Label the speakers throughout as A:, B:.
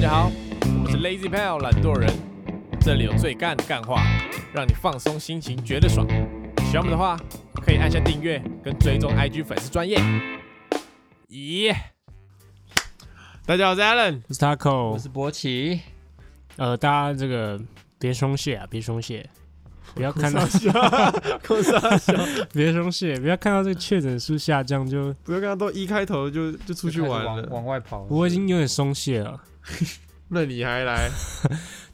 A: 家好，我是 Lazy Pal 懒惰人，这里有最干的干话，让你放松心情，觉得爽。喜欢我们的话，可以按下订阅跟追踪 IG 粉丝专业。咦、大家好，我是 Alan。
B: 我是 Taco，
C: 我是博奇，
B: 呃，大家这个别松懈啊，别松懈，不要看到
A: 空沙小，
B: 别松懈，不要看到这个确诊数下降就，
A: 不要看到都一开头就就出去
C: 就开始
A: 玩
C: 往
A: 了，
C: 往外跑了。
B: 我已经有点松懈了。
A: 那你还来？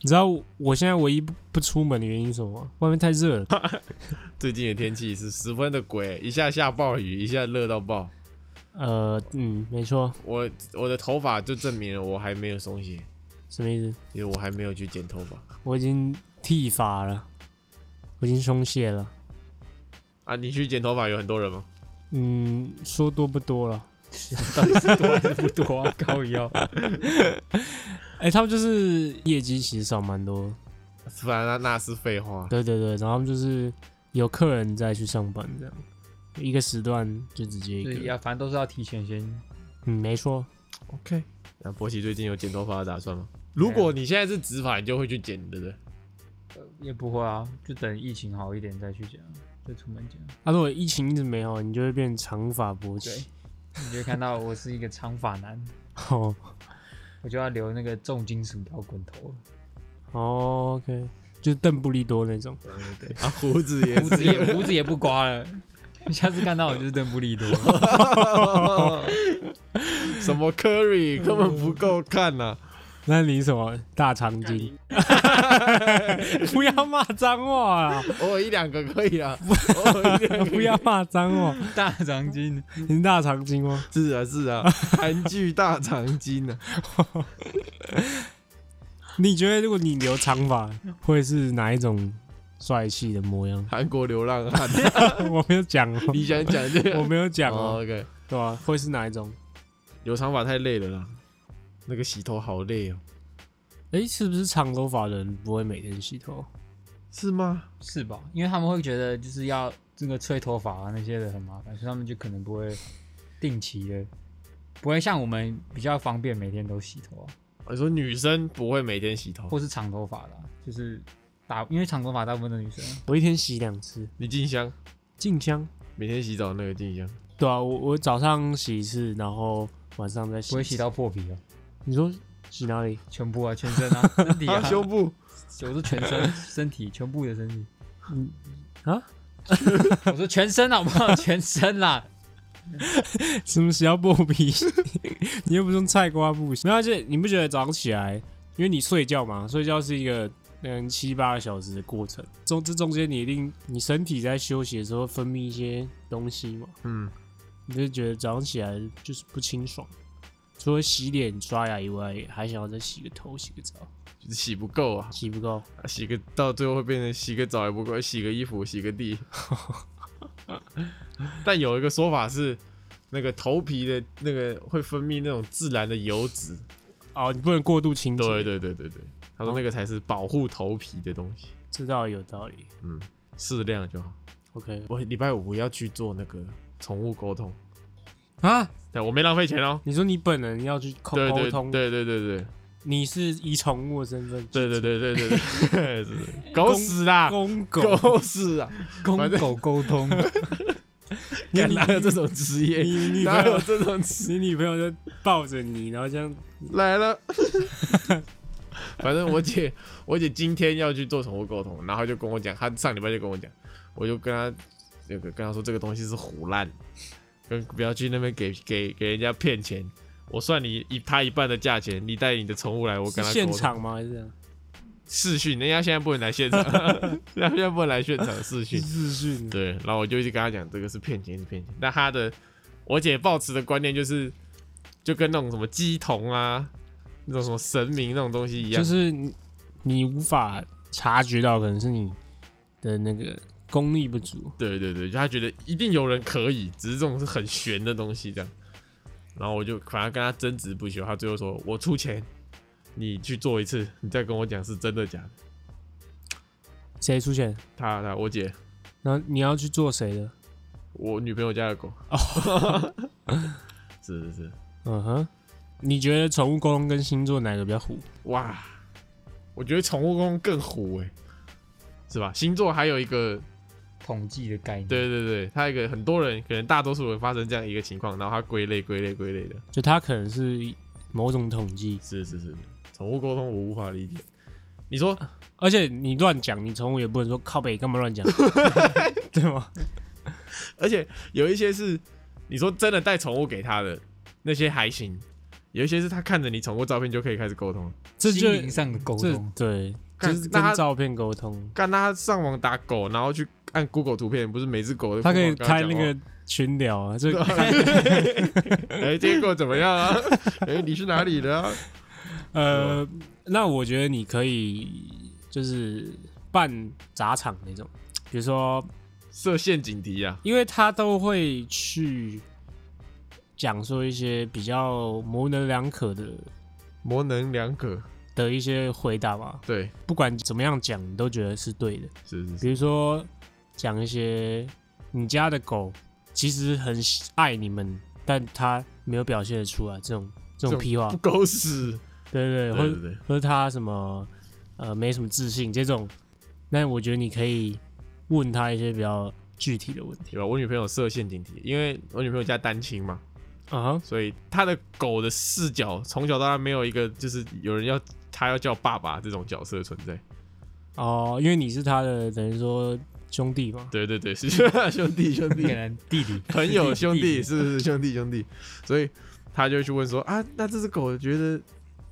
B: 你知道我现在唯一不不出门的原因是什么吗？外面太热了，
A: 最近的天气是十分的鬼，一下下暴雨，一下热到爆。
B: 呃，嗯，没错，
A: 我我的头发就证明了我还没有松懈，
B: 什么意思？
A: 因为我还没有去剪头发
B: 我已经剃发了，我已经松懈了。
A: 啊。你去剪头发有很多人吗？
B: 嗯，说多不多了。
C: 到底是多还是不多啊？高 腰，
B: 哎、他们就是业绩其实少蛮多，
A: 不然那那是废话。
B: 对对对，然后他们就是有客人再去上班这样，一个时段就直接一
C: 对
B: 个，
C: 呀，反正都是要提前先。
B: 嗯，没错，
A: OK，那波奇最近有剪头发的打算吗？如果你现在是直发，你就会去剪，对不对？
C: 呃也不会啊，就等疫情好一点再去讲，再出门讲。
B: 啊，如果疫情一直没有，你就会变长发勃
C: 对
B: 起。，
C: 你就会看到我是一个长发男，
B: 哦
C: 我就要留那个重金属摇滚头，
B: 哦，OK，就是邓布利多那种。
A: 啊，胡子也
C: 胡子也胡子也不刮了。 下次看到我就是邓布利 多，
A: 什么 Curry 根本不够看啊 呐、
B: 那你什么大长今？ 不要骂脏话啊！
A: 偶哦尔一两个可 以啊，偶尔一两个啊
B: 不要骂脏话，
C: 大长今，
B: 你是大长今吗？
A: 是啊是啊，韩剧大长今啊，？
B: 你觉得如果你留长发，会是哪一种帅气的模样
A: 韩国流浪 汉，
B: 我没有讲哦，
A: 你想讲这个？
B: 我没有讲
A: 哦
B: 哦，
A: OK，
B: 对吧？会是哪一种？
A: 留长发太累了啦，那个洗头好累哦，
B: 诶，是不是长头发的人不会每天洗头？
A: 是吗？
C: 是吧？因为他们会觉得就是要这个吹头发啊那些的很麻烦，所以他们就可能不会定期的，不会像我们比较方便每天都洗头啊，
A: 哦你说女生不会每天洗头，
C: 或是长头发的啊、就是大因为长头发大部分的女生
B: 我一天洗两次，
A: 你静香
B: 静香。
A: 每天洗澡那个静香，
B: 对啊，我我早上洗一次，然后晚上再洗。
C: 不会洗。到破皮哦，
B: 你说洗哪里？
C: 全部啊，全身啊，身体啊，
A: 胸部。
C: 我说全身，身体全部的身体，
B: 嗯啊，
C: 我说全身啊，我不 全身啦，
B: 什么洗到破皮？ 你又不是用菜瓜布洗。没有，而且你不觉得早上起来，因为你睡觉嘛，睡觉是一个嗯七八个小时的过程，中这中间你一定你身体在休息的时候分泌一些东西嘛，
A: 嗯，
B: 你就觉得早上起来就是不清爽。除了洗脸、刷牙以外，还想要再洗个头、洗个澡，
A: 就是洗不够啊，
B: 洗不够。
A: 洗个到最后会变成洗个澡也不够，洗个衣服、洗个地。 但有一个说法是，那个头皮的那个会分泌那种自然的油脂。
B: 哦，你不能过度清洁。
A: 对，对对对对，他说那个才是保护头皮的东西，
B: 这倒有道理。
A: 适量就好。
B: OK
A: 我礼拜五要去做那个宠物沟通，
B: 啊，
A: 对我没浪费钱哦。
B: 你说你本人要去沟
A: 对
B: 沟
A: 对
B: 通，
A: 对对对对
B: 你是以宠物的身份去，啊
A: 对对对对对对是， 狗屎啊啦，
B: 公狗，
A: 狗屎啊！
C: 公
A: 反正
C: 狗沟通，
A: 你哪有这种职
B: 你
A: 业？
B: 你女
A: 哪
B: 朋
A: 有
B: 友，
A: 这种职
B: 你女朋友就抱着你，然后这样，
A: 来了。反正我姐，我姐今天要去做宠物沟通，然后就跟我讲，她上礼拜就跟我讲，我就跟她那个跟她说这个东西是胡烂，跟不要去那边给给给人家骗钱。我算你一她一半的价钱，你带你的宠物来，我
B: 是
A: 跟她
B: 现
A: 沟通
B: 场吗？还是这样
A: 视讯，人家现在不能来现场， 人家现在不能来现场视讯。
B: 视讯？
A: 对，然后我就一直跟他讲这个是骗钱，是骗钱。那他的我姐抱持的观念就是，就跟那种什么鸡童啊，那种什么神明那种东西一样，
B: 就是你你无法察觉到，可能是你的那个功力不足。
A: 对对对，就他觉得一定有人可以，只是这种是很玄的东西这样。然后我就反而跟他争执不休，他最后说我出钱，你去做一次，你再跟我讲是真的假的。
B: 谁出钱？
A: 他他我姐，
B: 然后你要去做谁的？ 哦
A: 我女朋友家的狗。是是是，
B: 嗯哼，你觉得宠物沟通跟星座哪个比较虎？
A: 哇，我觉得宠物公更虎哎、是吧？星座还有一个，
C: 统计的概念。
A: 对对对，它有一个很多人可能大多数人发生这样一个情况，然后它归类归类归类的，
B: 就它可能是某种统计，
A: 是是是，宠物沟通我无法理解。你说
B: 而且你乱讲，你宠物也不能说靠北干嘛乱讲， 对吗？
A: 而且有一些是你说真的带宠物给他的那些还行，有一些是他看着你宠物照片就可以开始沟通。
B: 这就
C: 心灵上的沟
B: 这
C: 通，
B: 对，就
A: 干
B: 是
A: 那
B: 跟
A: 它
B: 照片沟通，
A: 干他上网打狗，然后去按 Google 图片，不是每只狗都
B: 它可以
A: 疯狂
B: 开
A: 跟
B: 那
A: 他讲话哦
B: 个群 聊啊，就
A: 对吧哎，结果怎么样啊？ 哎，你是哪里的啊？
B: 呃，那我觉得你可以就是办砸场那种，比如说，
A: 设陷阱题啊！
B: 因为他都会去讲说一些比较模棱两可的
A: 模棱两可。
B: 的一些回答吧，
A: 对，
B: 不管怎么样讲，你都觉得是对的。
A: 是是是，
B: 比如说讲一些你家的狗其实很喜爱你们，但它没有表现得出来，这种这种屁 话
A: 不，狗屎。
B: 对对
A: 对
B: 对，或
A: 对
B: 者
A: 对，
B: 或者它什么呃没什么自信这种，那我觉得你可以问他一些比较具体的问题
A: 对吧？我女朋友设陷阱题，因为我女朋友家单亲嘛，
B: 啊哈，
A: 所以她的狗的视角从小到大没有一个就是有人要她要叫爸爸这种角色存在。
B: 哦，因为你是他的等于说兄弟嘛，
A: 对对对，是 兄弟兄
C: 可
A: 弟
C: 能弟弟
A: 朋友 兄弟，
C: 弟
A: 是是是兄弟兄弟，所以她就去问说啊，那这只狗觉得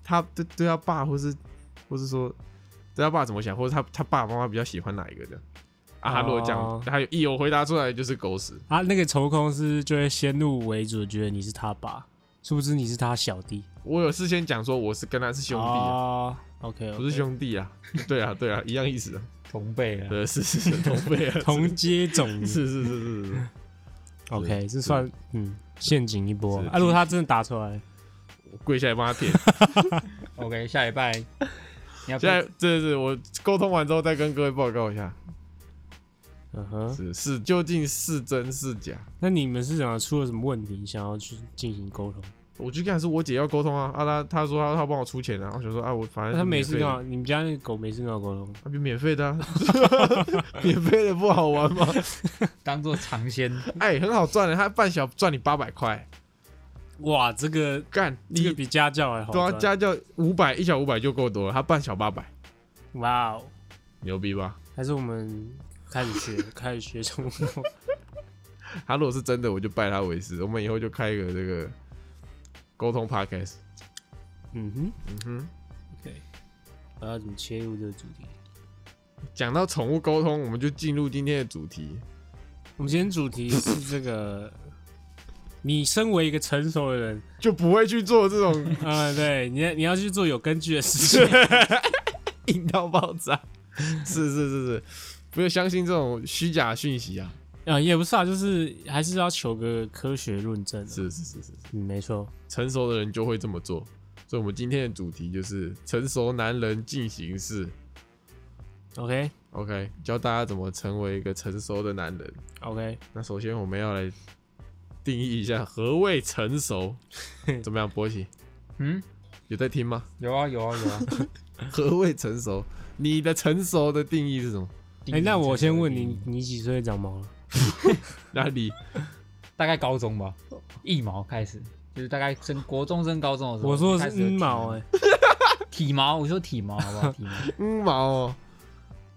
A: 它对对它爸或是或是说对它爸怎么想，或者它它爸爸妈妈比较喜欢哪一个这样。啊，他如果
B: 哦
A: 讲，他有一有回答出来就是狗屎，
B: 啊，那个仇控是就会先入为主，觉得你是他爸，殊不知你是他小弟
A: 我有事先讲说我是跟他是兄弟、啊，
B: 哦、，OK，, o
A: 不是兄弟啊。对啊，对啊，一样意思、啊。
C: 同辈了，
A: 对，是是是同辈啊，
B: 同阶种
A: 是是是是是。
B: OK，这
A: 是
B: 算嗯陷阱一波
A: 是
B: 啊。啊如果他真的打出来，
A: 我跪下来帮他舔。
C: OK，下礼拜你要不
A: 现在这是我沟通完之后再跟各位报告一下，
B: 嗯哼，
A: 是是究竟是真是假？
B: 那你们是想出了什么问题，想要去进行沟通？
A: 我去看是我姐要沟通啊，啊她她说她她帮我出钱啊，我想说啊我反
B: 那
A: 正
B: 他没
A: 每
B: 事
A: 次
B: 干嘛？你们家那个狗没事干嘛沟通？
A: 啊，就免费的、啊，免费的不好玩吗？
C: 当做尝鲜，
A: 哎，很好赚的，他半小时赚你八百块，
B: 哇，这个
A: 干你
B: 这个比家教还好
A: 对啊，
B: 赚
A: 家教五百一小五百就够多了，他半小八百，
B: 哇哦，
A: 牛逼吧？
B: 还是我们开始 学开始学宠物沟通？
A: 他如果是真的，我就拜他为师。我们以后就开一个这个沟通 podcast。
B: 嗯哼
A: 嗯哼，
B: ，OK，我要怎么切入这个主题？
A: 讲到宠物沟通，我们就进入今天的主题。
B: 我们今天主题是这个，你身为一个成熟的人，
A: 就不会去做这种
B: 呃，对你要你要去做有根据的事情。
A: 硬到爆炸。 是是是是，不要相信这种虚假讯息啊！
B: 啊、也不是啊，就是还是要求个科学论证、啊。
A: 是是是是，是
B: 嗯，没错。
A: 成熟的人就会这么做。所以，我们今天的主题就是成熟男人进行式。
B: OK
A: OK，教大家怎么成为一个成熟的男人。
B: OK，
A: 那首先，我们要来定义一下何谓成 熟，怎么样，波奇？
C: 嗯，
A: 有在听吗？
C: 有啊有啊有啊。
A: 何谓成熟？你的成熟的定义是什么？
B: 哎、那我先问你，，你几岁长毛了？
A: 那你
C: 大概高中吧，一毛开始，就是大概升国中升高中的时候，
B: 我说
C: 就
B: 的
C: 开始
B: 是
C: 有体
B: 嗯毛哎、
C: 体毛，我说体毛好不 好？体毛，
A: 嗯毛、哦，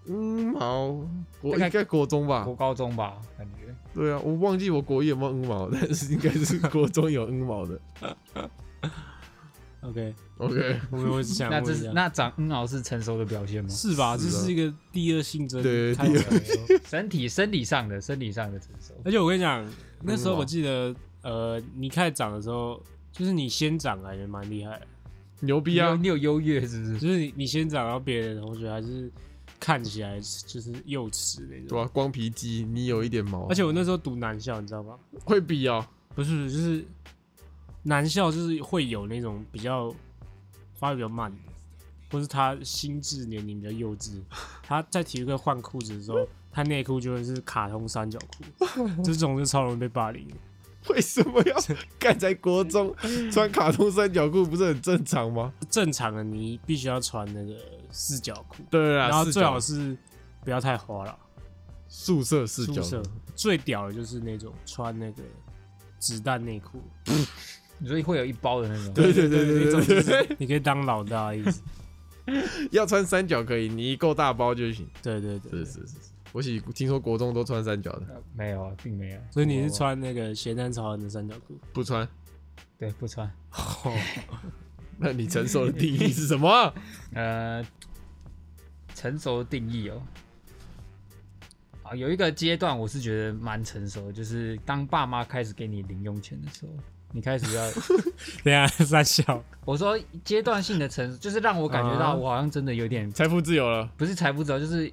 A: 嗯毛，我
C: 大概
A: 应该国中吧
C: 国？高中吧，感 觉
A: 对啊，我忘记我国一有没有嗯毛， 但是应该是国中有嗯毛的。
B: OK，
A: OK，
B: 我我只想
C: 那
B: 问
C: 这
B: 一
C: 是
B: 下，
C: 那长嗯毛是成熟的表现吗？
B: 是吧？
A: 是
B: 这
A: 啊
B: 是一个第二性征
A: 对
B: 开始
A: 第
B: 的时候。
C: 身体生理上的生理上的成熟，
B: 而且我跟你 讲，那时候
A: 嗯
B: 我
A: 毛
B: 记得，呃，你开始长的时候，就是你先长，感觉蛮厉害的。
A: 牛
C: 你
A: 逼
C: 有
A: 啊！
C: 你有优越是不是？
B: 就是你你先长，然后别的同学还是看起来就是幼齿那
A: 对
B: 种。
A: 啊，光皮肌，你有一点毛，
B: 而且我那时候读男校，你知道吗？
A: 会比哦。
B: 不是，不是就是男校就是会有那种比较发育比较慢的，或是他心智年龄比较幼稚，他在体育课换裤子的时候，他内裤就会是卡通三角裤，这种就超容易被霸凌的。
A: 为什么要干在国中穿卡通三角裤不是很正常吗？
B: 正常的你必须要穿那个四角裤，
A: 对啊，
B: 然后
A: 四
B: 最
A: 角
B: 好是不要太花了。
A: 宿舍四角
B: 宿舍最屌的就是那种穿那个子弹内裤，
C: 你说会有一包的那种，
A: 对对对对
B: 那种就
A: 对对
B: 是你可以当老大的意思。
A: 要穿三角可以，你够大包就行。
B: 对对对
A: 是
B: 对，
A: 是是，是我喜听说国中都穿三角的，
C: 呃没有啊，并没有。
B: 所以你
C: 我
B: 是穿那个咸蛋超人的三角裤。
A: 不穿，
C: 对不穿？
B: 哦，
A: 那你承受的定义是什 么？
C: 呃，成熟的定义哦。啊，有一个阶段我是觉得蛮成熟的，就是当爸妈开始给你零用钱的时候，你开 始要，
B: 对啊，三 小
C: 我说阶段性的成熟，就是让我感觉到
A: 啊
C: 我好像真的有点
A: 财富自由了，
C: 不是财富自由，就是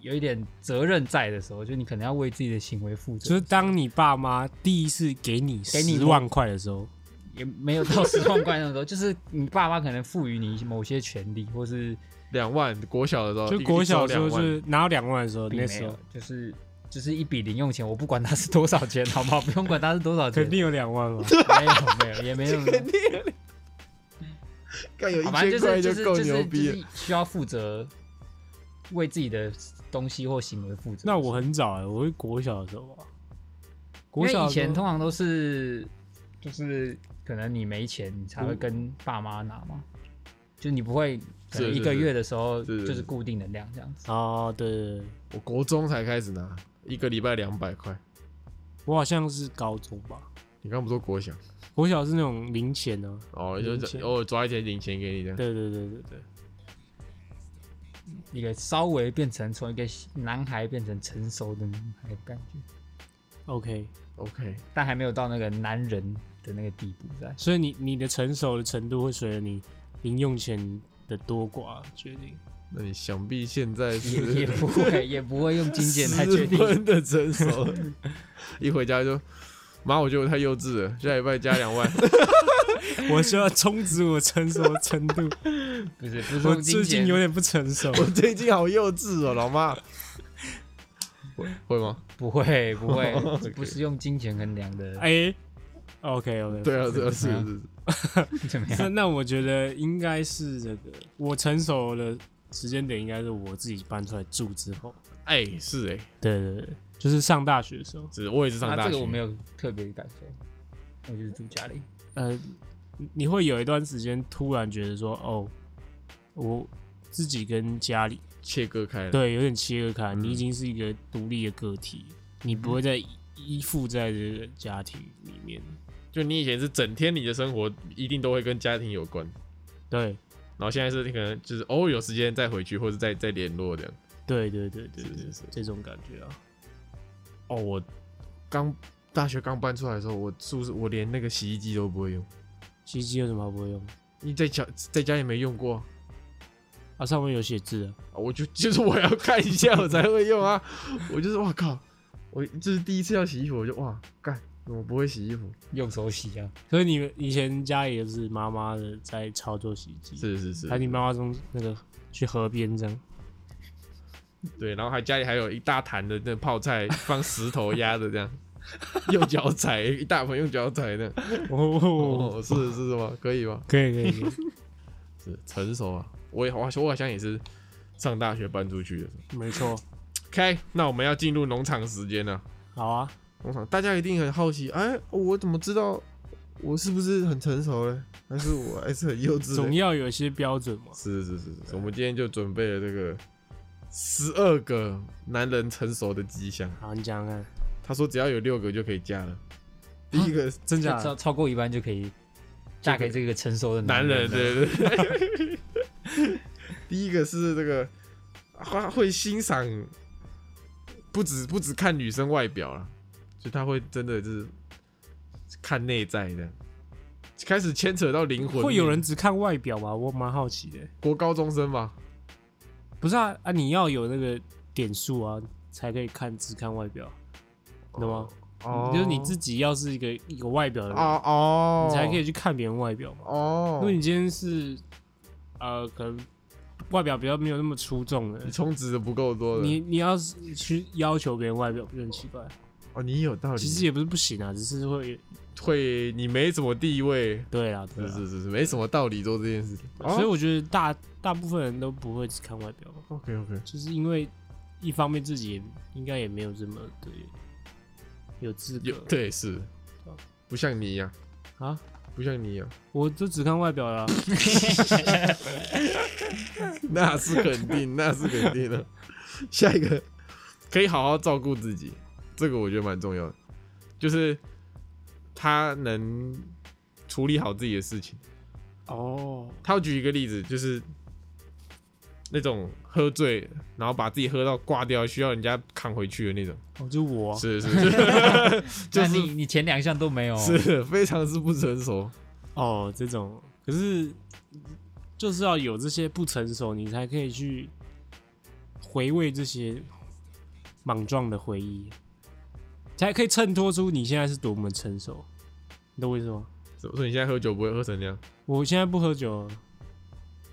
C: 有一点责任在的时候，就你可能要为自己的行为负责，
B: 就是当你爸妈第一次给你
C: 给你
B: 十万块的时候，
C: 也没有到十万块那种时候， 就是你爸妈可能赋予你某些权利，或是
A: 两万，国小的
C: 哦
A: 时候，
B: 就
A: 一
B: 国小的时候
A: 一周
B: 就
A: 两万
B: 是拿到两万的时候，
C: 并没
B: 那时候
C: 有，就是就是一笔零用钱，我不管它是多少钱，好吗？不用管它是多少钱
B: 肯，定有两 万嘛。
C: 没有没有也没有，
A: 干有一
C: 好反正
A: 千
C: 就是
A: 块
C: 就是
A: 够
C: 就
A: 牛
C: 是就
A: 逼了。
C: 是需要负责为自己的东西或行为负责。
B: 那我很早哎、我是国小的时候吧。啊
C: 因
B: 国
C: 为
B: 小
C: 以
B: 的时
C: 前
B: 候
C: 通常都是就是可能你没钱，你才会跟爸妈拿嘛，就你不会可能
A: 是
C: 一
A: 是
C: 个
A: 是
C: 月的时候
A: 是是
C: 就是
A: 是
C: 固定的量这样子。
B: 哦，对对对，
A: 我国中才开始拿，一个礼拜两百块。
B: 我好像是高中吧。
A: 你刚不说国小
B: 国小是那种零钱哦、
A: 哦，
B: 零
A: 就是
B: 钱
A: 偶尔抓一点零钱给你这样。
B: 对对对对对，
C: 一个稍微变成从一个男孩变成成熟的男孩的感觉，
B: OK。
A: OK，
C: 但还没有到那个男人的那个地步在。
B: 所以你你的成熟的程度会随着你零用钱的多寡决定。
A: 那你想必现在
C: 也
A: 是
C: 也不会，也不会用金钱来决
A: 十
C: 定。
A: 分的成熟了， 一回家就妈，我觉得我太幼稚了，下礼拜加两 万。
B: 我需要充值我成熟的程 度。
C: 不是，不是
B: 我
C: 用金
B: 最近
C: 钱，
B: 有点不成熟。
A: 我最近好幼稚哦，老 妈。会会吗？
C: 不 会，不会
A: OK，
C: 不是用金钱衡量的。
B: 哎、o k OK，
A: 对啊，对啊，是是是，
C: 怎么
B: 那
C: 样？
B: 那我觉得应该是这个，我成熟的时间点应该是我自己搬出来住之后。
A: 哎、是哎、
B: 对对对，就是上大学的时候。
A: 是我也是上
C: 啊，
A: 大学，
C: 这个我没有特别感受，我就是住家里。
B: 呃，你会有一段时间突然觉得说，哦，我自己跟家里
A: 切割开了。
B: 对有点切割开，你
A: 嗯
B: 已经是一个独立的个体，你不会再依附在这个家庭里面。
A: 就你以前是整天你的生活一定都会跟家庭有关，
B: 对
A: 然后现在是你可能就是偶尔有时间再回去，或者再再联络这样。
B: 对对对对
A: 是
B: 对
A: 是是，
B: 这种感觉啊，
A: 哦，我刚大学刚搬出来的时候，我宿舍我连那个洗衣机都不会用，
B: 洗衣机有什么好不会用？
A: 你在家在家也没用过啊，
B: 啊，上面有写字啊。
A: 我就就是我要看一下我才会用啊，我就是哇靠，我就是第一次要洗衣服，我就哇干，我不会洗衣服，
C: 用手洗啊，
B: 所以你们以前家里也是妈妈的在操作洗衣机，
A: 是是是
B: 还有你妈妈从那个去河边这样，
A: 对，然后还家里还有一大坛的那泡菜，放石头压的这样， 用脚踩一大盆用脚踩的，
B: 哦，
A: 哦，是是什么？可以吗？
B: 可以可以可以，
A: 是成熟啊，我也我我好像也是上大学搬出去的。
B: 没错，
A: OK，那我们要进入农场时间了。
B: 好啊，
A: 农场，大家一定很好奇，哎，我怎么知道我是不是很成熟嘞？还是我还是很幼稚
B: 总
A: 嘞？
B: 要有一些标准嘛。
A: 是是是是，我们今天就准备了这个十二个男人成熟的迹象。
B: 好，你讲啊讲看，
A: 他说只要有六个就可以嫁了。第一个
B: 真假
C: 超
B: 的？
C: 超过一半就可以嫁给这个成熟的
A: 男人，
C: 人。，
A: 对对对。 第一个是这个，他会欣赏，不止不止看女生外表了，就他会真的就是看内在的，开始牵扯到灵魂。
B: 会有人只看外表吗？我蛮好奇的。
A: 国高中生吧？
B: 不是啊啊，你要有那个点数啊，才可以看只看外表，懂吗？
A: 哦，
B: 就是你自己要是一个有外表的人，
A: 哦哦，
B: 你才可以去看别人外表嘛。
A: 哦
B: 如。果你今天是呃，可能外表比较没有那么出众的
A: 你，充值的不够多的，
B: 你你要是去要求别人外表，不是很奇怪？
A: 哦，你有道理。
B: 其实也不是不行啊，只是会
A: 会你没什么地位，
B: 对啦，对
A: 是
B: 啦。
A: 是哦是是，没什么道理做这件事情。
B: 所以我觉得大大部分人都不会只看外表吧，
A: OK OK，
B: 就是因为一方面自己也应该也没有这么对有资
A: 有
B: 格
A: 对是，不像你一样，
B: 啊，
A: 不像你一样，
B: 我就只看外表啦。
A: 那是肯 定，那是肯定的。下一个，可以好好照顾自己，这个我觉得蛮重要的，就是他能处理好自己的事情。
B: 哦，
A: 他要举一个例子，就是那种喝醉，然后把自己喝到挂掉，需要人家扛回去的那种。
B: 哦，就我啊
A: 是是 是，就是
C: 那你你前两项都没有哦，
A: 是 非常之不成熟。
B: 哦，这种可是就是要有这些不成熟，你才可以去回味这些莽撞的回忆，才可以衬托出你现在是多么成熟。你懂我意思吗？
A: 所以你现在喝酒不会喝成那样？
B: 我现在不喝酒了，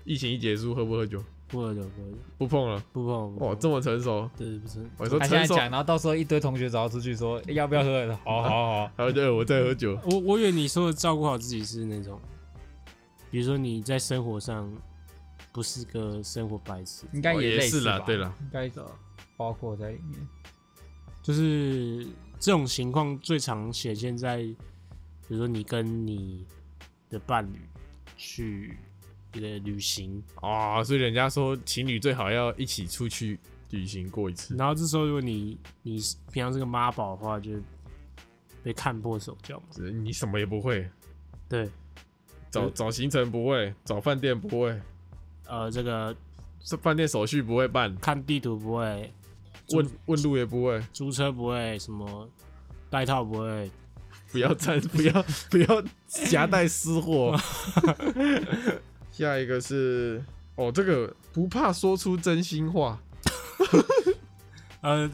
A: 疫情一结束，喝不喝酒？
B: 不喝酒，不喝酒，
A: 不碰了。
B: 不碰。
A: 哇，
B: 不碰
A: 哦这么成熟！
B: 对不是
A: 我说
C: 啊他现
A: 成
C: 在
A: 熟，
C: 讲，然后到时候一堆同学找他出去说欸要不要喝，好好好，
A: 还有对我在喝酒。
B: 我我以为你说的照顾好自己是那种，比如说你在生活上不是个生活白痴，
C: 应该
A: 哦也
C: 类似
A: 是啦
C: 吧
A: 对啦，
C: 应该包括在里面。
B: 就是这种情况最常显现在，比如说你跟你的伴侣去一个旅行，
A: 啊、所以人家说情侣最好要一起出去旅行过一次。
B: 然后这时候如果你你平常是个妈宝的话，就被看破手脚嘛。
A: 只是你什么也不会，
B: 对，
A: 找找行程不会，找饭店不会，
B: 呃，这个
A: 这饭店手续不会办，
B: 看地图不会，
A: 问问路也不会，
B: 租车不会，什么带套不会，
A: 不要 占，不要不要夹带私 货。下一个是哦，这个不怕说出真心话，
B: 呃，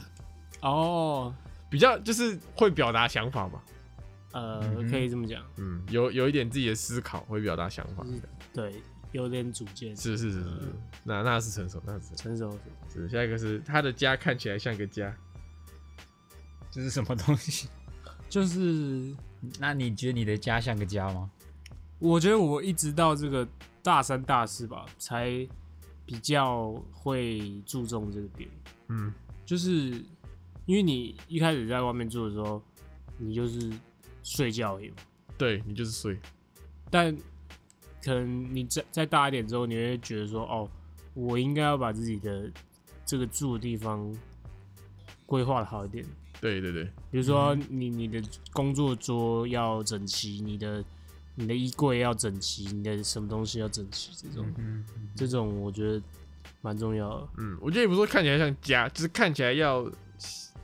B: 哦，
A: 比较就是会表达想法嘛。
B: 呃，
C: 嗯哼
B: 可以这么讲，
A: 嗯，有有一点自己的思考，会表达想法。
B: 嗯对，有点主见，
A: 是是是是是，那那是成熟，那是成熟。
B: 成熟，
A: 是下一个是他的家看起来像个家，
C: 这是什么东西？
B: 就是
A: 嗯
C: 那你觉得你的家像个家吗？
B: 我觉得我一直到这个大三大四吧，才比较会注重这个点，
A: 嗯，
B: 就是因为你一开始在外面住的时候，你就是睡觉而已嘛，
A: 对你就是睡，
B: 但可能你再再大一点之后，你会觉得说，哦，我应该要把自己的这个住的地方规划的好一点，
A: 对对对，
B: 比如说你你的工作桌要整齐，你的你的衣柜要整齐，你的什么东西要整齐，这种、
C: 嗯，
B: 这种我觉得蛮重要的。
A: 嗯，我觉得也不是说看起来像家，就是看起来要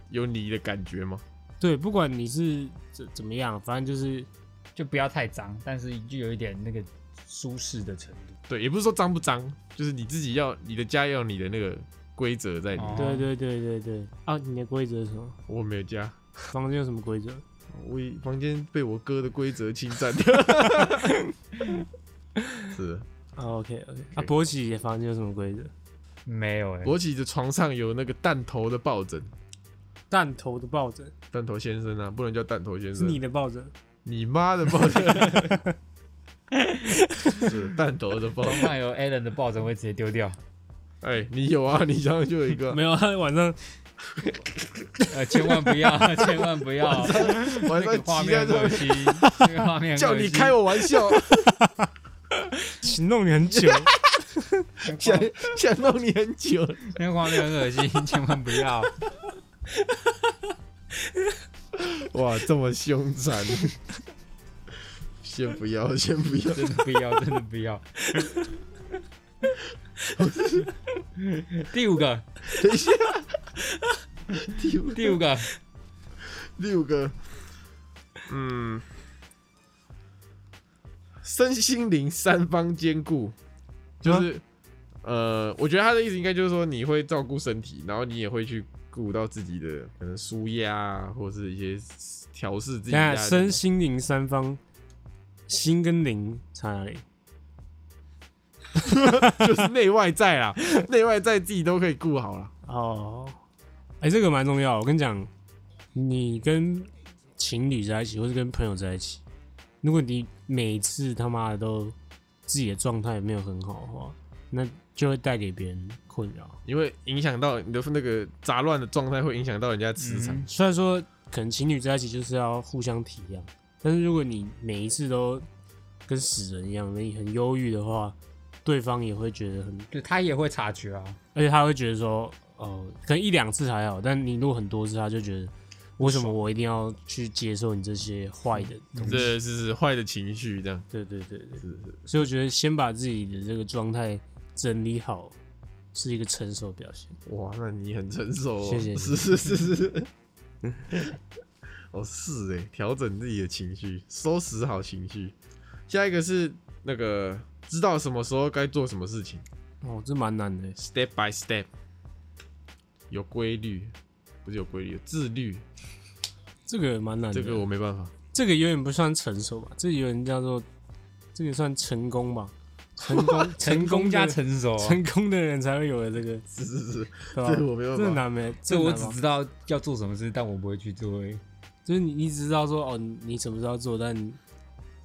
A: 有你的感觉嘛。
B: 对，不管你是怎怎么样，反正就是
C: 就不要太脏，但是就有一点那个舒适的程度。
A: 对，也不是说脏不脏，就是你自己要你的家要有你的那个规则在里面。
C: 哦
B: 对对对对对啊！你的规则是什么？
A: 我没有家，
B: 房间有什么规则？
A: 我已房间被我哥的规则侵占掉。 是，
B: 啊，OK OK 啊，博喜的房间有什么规则？
C: 没有哎、
A: 博起的床上有那个弹头的抱枕，
B: 弹头的抱枕
A: 弹头先生啊，不能叫弹头先
B: 是
A: 生，
B: 你的抱枕，
A: 你妈的抱枕， 是弹头的抱
C: 床
A: 枕。
C: 上有 Alan 的抱枕会直接丢掉，
A: 哎，你有啊？你想上就有一个
B: 没，有啊？ 晚上
C: 呃，千万不要，千万不要，
A: 晚
C: 那
A: 上
C: 个画
A: 骑在
C: 面
A: 这
C: 恶
A: 边
C: 心，那个画面恶心
A: 叫你开，我玩笑，
B: 行动你很久，
A: 想想弄你很久。
C: 那个画面很恶心，千万不要。
A: 哇，这么凶残！先不要，先不要。
C: 真的不要，真的不要。第五个，
A: 等一下，第五
C: 第五个，
A: 六个，嗯，身心灵三方兼顾，
B: 啊
A: 就是、呃，我觉得他的意思应该就是说你会照顾身体，然后你也会去顾到自己的可能舒压啊，或者是一些调试自己
B: 等一下
A: 的
B: 身心灵三方，心跟灵差哪里？
A: 就是内外在啦，内外在自己都可以顾好啦。
B: 哦，哎、这个蛮重要。我跟你讲，你跟情侣在一起，或是跟朋友在一起，如果你每次他妈的都自己的状态没有很好的话，那就会带给别人困扰。
A: 因为影响到你的那个杂乱的状态，会影响到人家磁场。
B: 虽然说可能情侣在一起就是要互相体谅，但是如果你每一次都跟死人一样，你很忧郁的话，对方也会觉得很，
C: 对他也会察觉啊。
B: 而且他会觉得说，哦、可能一两次还好，但你如果很多次，他就觉得为什么我一定要去接受你这些坏的东西？
A: 这是是坏的情绪，这样
B: 对对对
A: 是
B: 对，
A: 是
B: 所以我觉得先把自己的这个状态整理好，是一个成熟表现。
A: 哇，那你很成熟哦，
B: 谢谢
A: 是 是是是是，哦是哎，调整自己的情绪，收拾好情绪。下一个是那个知道什么时候该做什么事情
B: 哦，这蛮难的。
A: ，step by step，有规律，不是有规律，有自律，
B: 这个蛮难的，
A: 这个我没办法。
B: 这个有点不算成熟吧，这有点叫做这个算成功吧，成功
C: 成功加
B: 的
C: 成熟、啊，
B: 成功的人才会有的这个，
A: 是是是，
B: 对 吧？
A: 这个我没办法
B: 这难没，
C: 这我
B: 难
C: 只
B: 吧
C: 知道要做什么事，但我不会去做而已。
B: 就是你你只知道说哦，你你什么时候做，但你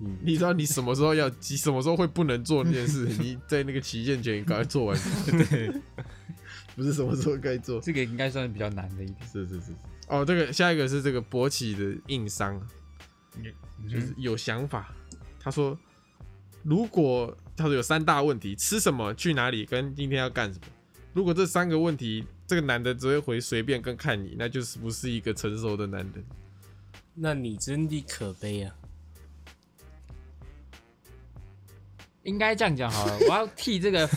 B: 嗯，
A: 你知道你什么时候要，你什么时候会不能做那件事，你在那个期限前赶快做 完，
C: 对，
A: 不是什么时候该做。
C: 这个应该算是比较难的一点。
A: 是是是是。哦，这个下一个是这个勃起的硬伤，就
C: 就是
A: 是有想法。他说，如果他说有三大问题：吃什么、去哪里、跟今天要干什么。如果这三个问题，这个男的只会回随便跟看你，那就是不是一个成熟的男人。
B: 那你真的可悲啊！
C: 应该这样讲好了，我要替这个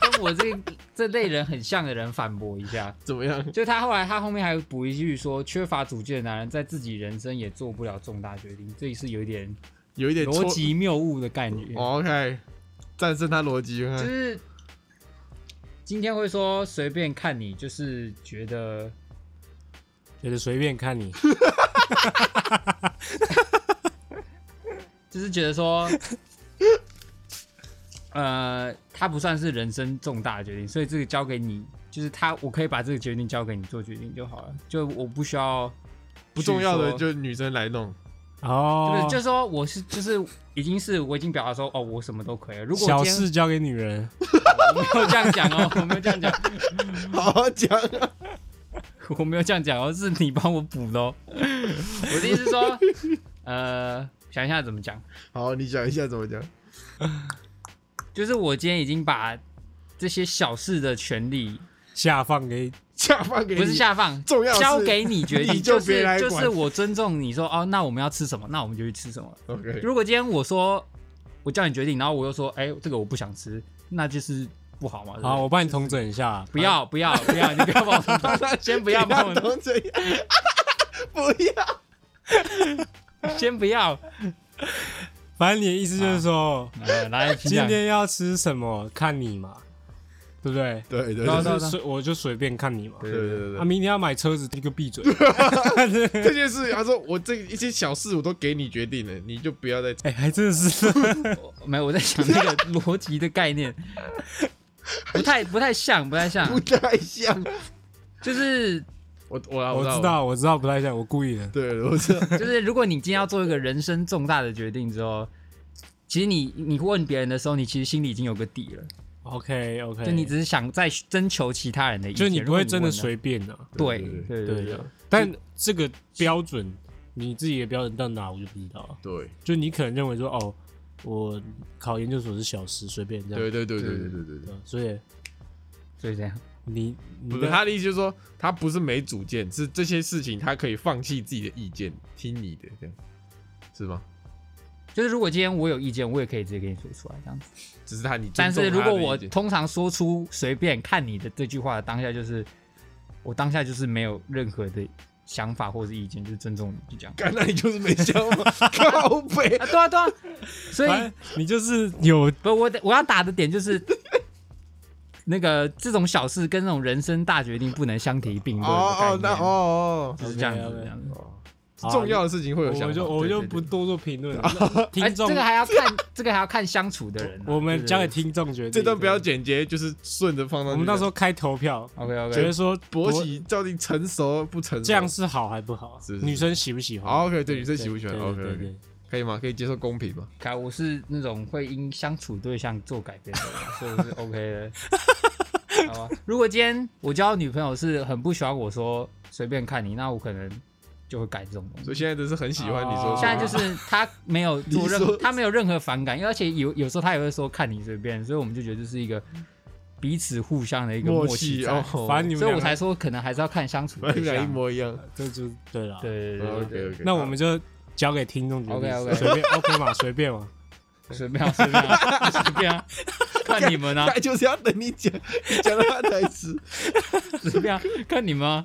C: 跟我这这类人很像的人反驳一下。
A: 怎么样？
C: 就他后来，他后面还补一句说，缺乏主见的男人在自己人生也做不了重大决定，这也是有一点
A: 有一点
C: 逻
A: 错
C: 辑谬误的感觉。
A: 哦 OK，战胜他逻辑。看
C: 就
A: 看
C: 是今天会说随便看你，就是觉得
B: 觉得随 便看你，
C: 就是觉得 说，呃，他不算是人生重大的决定，所以这个交给你，就是他，我可以把这个决定交给你做决定就好了，就我不需要
A: 不重要的
C: 去说
A: 就女生来弄。
C: 不
B: 哦
C: 是，，就是说我是就是已经是我已经表达说哦，我什么都可以了。如果
B: 小
C: 我今天
B: 事交给女人，
C: 我没有这样讲哦， 我没有这样讲，
A: 好好讲啊！
C: 我没有这样讲哦，是你帮我补 的哦。我的意思是说，呃，想一下怎么讲，
A: 好，你讲一下怎么讲。
C: 就是我今天已经把这些小事的权利
B: 下放给
A: 下放给你
C: 不是下放，
A: 重要的是
C: 交给你决定，
A: 你就别
C: 是
A: 来管
C: 就是我尊重你说哦，那我们要吃什么，那我们就去吃什么。
A: OK，
C: 如果今天我说我叫你决定，然后我又说哎、这个我不想吃，那就是不好嘛。对不对
B: 好，我帮你统整一下，
C: 不要不要不要，你不要帮我弄 到，先不要帮我弄，
A: 弄这样， 不要。
C: 先不要。
B: 反正你的意思就是说，
C: 呃，来，请
B: 今
C: 讲
B: 天要吃什么看你嘛，对不对？
A: 对对对
C: 然后
B: 就
C: 对对
B: 是随我就随便看你嘛。
A: 对对对
B: 啊，
A: 对，
B: 明天要买车子，你就闭 嘴。
A: 这件事啊他说我这一些小事我都给你决定了，你就不 要再
B: 哎、还真的是
C: 没有，我在想那个逻辑的概念，不太不太像，不太像，
A: 太像。
C: 就是
A: 我我啊
B: 我
A: 我
B: 知，道，我知道不太像，我故意的。
A: 对，我 知道。
C: 就是，如果你今天要做一个人生重大的决定之后，其实你你问别人的时候，你其实心里已经有个底了，
B: OK OK，
C: 就你只是想再征求其他人的意见，
B: 就你不会真的
C: 如果
B: 随便的、
C: 你问
A: 对
C: 的对对
B: 对
C: 对
B: 的。但这个标准，你自己的标准到哪，我就不知道了。
A: 对
B: 就你可能认为说，哦，我考研究所是小时，随便这样。
A: 对对对对对对对对。
B: 对所以
C: 所以这样，
B: 你你
A: 不
B: 的
A: 是他的意思，就是说他不是没主见，是这些事情他可以放弃自己的意见，听你的，这样是吗？
C: 就是如果今天我有意见，我也可以直接跟你说出来这样子。
A: 只是他你
C: 但
A: 尊重
C: 是
A: 他的
C: 如
A: 意见，
C: 果我通常说出随便看你的这句话的当下，就是我当下就是没有任何的想法或是意见，就是尊重你，就这样。
A: 干，那你就是没想法， 靠背
C: 啊，对啊，对啊，所以
B: 反正你就是有
C: 不，我得我要打的点就是那个这种小事跟那种人生大决定不能相提并论的概念，
A: 哦，
C: 就是这样子，
B: OK，OK
C: 这样子。
A: 哦，重要的事情会有想
B: 啊我
A: 法
B: 就。我就
C: 对对对
B: 不多做评 论了。
C: 哎
B: 听众
C: 这，个还要看，这个还要看相处的人啊、
B: 我们交给
C: 听。
B: 听众决定。
A: 这段不要
B: 对，
A: 简洁，就是顺着放到。
B: 我们到时候开投票，
C: OK
B: 觉
C: OK，
B: 得说
A: 勃起到底成熟不成熟？
B: 这样是好还不好
A: 是？是
B: 女生喜不喜欢？
A: 好 OK，对女生喜不喜欢
B: 对
A: ？OK
B: 对对
A: OK，
B: 对，
A: 可以吗？可以接受公平吗？
C: 凯，我是那种会因相处对象做改变的人，啊所以我是 OK 的。好吧，啊如果今天我交的女朋友是很不喜欢我说随便看你，那我可能就会改这种东西。
A: 所以现在都是很喜欢你说说。
B: 哦
C: 现在 就是他没有做任
A: 你
C: 何，
A: 说
C: 他没有任何反感，因为而且有有时候他也会说看你随便，所以我们就觉得这是一个彼此互相的一个默
A: 默
C: 契
A: 契
C: 在
A: 哦，
B: 反正你们
C: 所以
B: 两
C: 我
B: 个
C: 才说可能还是要看相处
A: 你
C: 对
A: 们俩一
C: 象。
A: 模一哦样。
B: 这就对了。
C: 对对对
A: OK
C: 对
A: OK，
B: 那我们就交给听众决定
C: OK，OK
B: 随便 OK 嘛，随便嘛。
C: 对，随便啊随便啊随便啊， 看你们啊
A: 大，概就是要等你讲，你讲到他才吃。
C: 随便啊，看你们啊。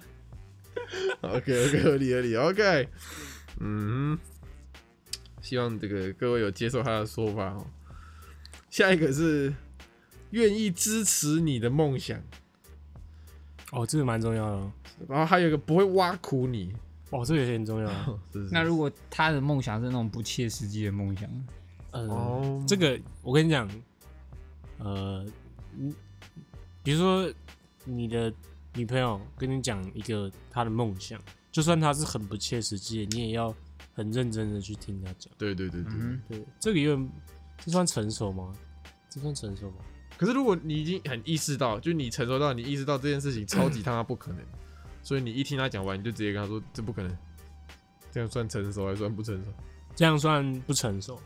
A: OK OK，合理合理 OK，嗯，希望这个各位有接受他的说法哦。下一个是愿意支持你的梦想，
B: 哦，这个蛮重要的哦，
A: 然后还有一个不会挖苦你。
B: 哦，这个也很 重要哦。
A: 是是
C: 那如果他的梦想是那种不切实际的梦想，
B: 嗯，
A: 哦，
B: 这个我跟你讲，呃，嗯，比如说你的女朋友跟你讲一个她的梦想，就算她是很不切实际的，你也要很认真的去听她讲。
A: 对对对对。
C: 嗯
B: 对，这个有点，这算成熟吗？这算成熟吗？
A: 可是如果你已经很意识到，就你成熟到你意识到这件事情超级他妈不可能，所以你一听他讲完，你就直接跟他说这不可能，这样算成熟还算不成熟？
B: 这样算不成熟，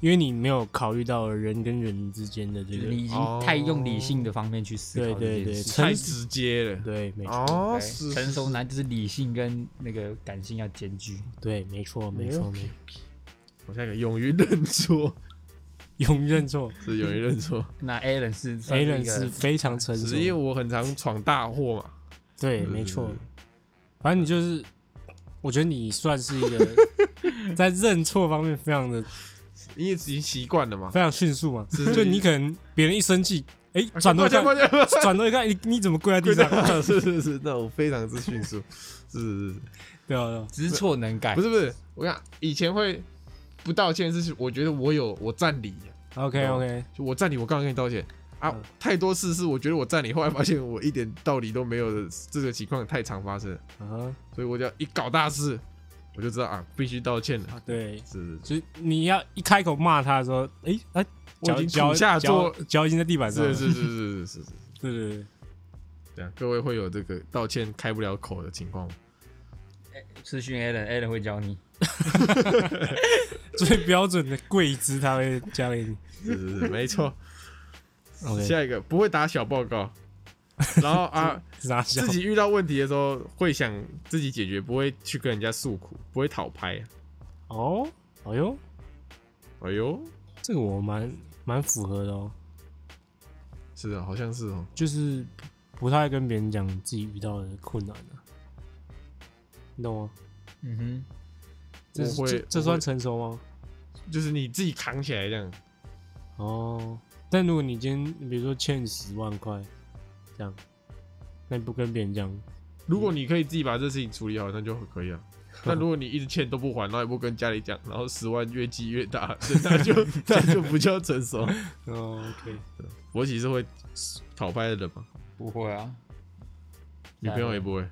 B: 因为你没有考虑到人跟人之间的这
C: 就是
B: 个，
C: 你已经太用理性的方面去思考
B: 对对
C: 这
B: 对
C: 件事。
A: 太
B: 成熟
A: 直接了。
B: 对，没错，
A: 哦，
C: 对
A: 是
C: 成熟
A: 是
C: 男就是理性跟那个感性要兼具。
B: 对，没错，没错，没错，
A: 我下一个勇于认错，
B: 永认错。
A: 是勇于认错，
C: 那 Alan 是算
B: A
C: 是一
B: 人
C: 个
B: 是非常成
A: 只
B: 熟
A: 是，因为我很常闯大祸嘛。
B: 对，
A: 对
B: 没错
A: 对对。
B: 反正你就是，我觉得你算是一个 在认错方面非常的
A: 因为已经习惯了嘛。
B: 非常迅速嘛，
A: 是啊
B: 就你可能别人一生气，哎，转头一看，
A: 抱歉，抱歉
B: 转头一看，你你怎么跪在
A: 跪
B: 地上？
A: 在是是是，那我非常之迅 速，是是是，
B: 对啊，对啊
C: 知错能改
A: 不。是不是，我讲以前会不道歉，是我觉得我有我占理，
B: OK
A: 啊
B: OK，
A: 就我占理，我刚刚跟你道歉啊
B: 嗯，
A: 太多事是我觉得我占理，后来发现我一点道理都没有的这个情况太常发生了，
B: 啊，
A: 所以我只要一搞大事，我就知道啊，必须道歉了，
B: 对，
A: 是是是。
B: 就是你要一开口骂他的时候，哎、哎，
A: 我
B: 脚
A: 已经
B: 脚
A: 苦下
B: 脚
A: 作
B: 脚已经在地板上了，
A: 是是是是是是是，
B: 对对对，
A: 对啊，各位会有这个道歉开不了口的情况吗？
C: 咨询 Alan，Alan 会教你。
B: 最标准的跪姿他会教给你。
A: 是是是，没错。
B: OK，
A: 下一个不会打小报告，然后啊，
B: 傻笑
A: 自，己遇到问题的时候会想自己解决，不会去跟人家诉苦，不会讨拍。
B: 哦，哎呦，
A: 哎呦，
B: 这个我蛮蛮符合的哦，
A: 是的，好像是哦。
B: 就是不太跟别人讲自己遇到的困难啊，你懂吗？
C: 嗯
B: 这是
A: 我会
B: 这这
A: 我会
B: 算成熟吗？
A: 就是你自己扛起来这样，
B: 哦，但如果你今天比如说欠十万块，这样，那你不跟别人讲，
A: 如果你可以自己把这事情处理好，那就可以 啊。但如果你一直欠都不还，然后也不跟家里讲，然后十万越积越大，那就 那就不叫成熟。
B: 哦，OK，
A: 我其实会讨拍的人嘛，
C: 哼，不会啊，
A: 女朋友也不会。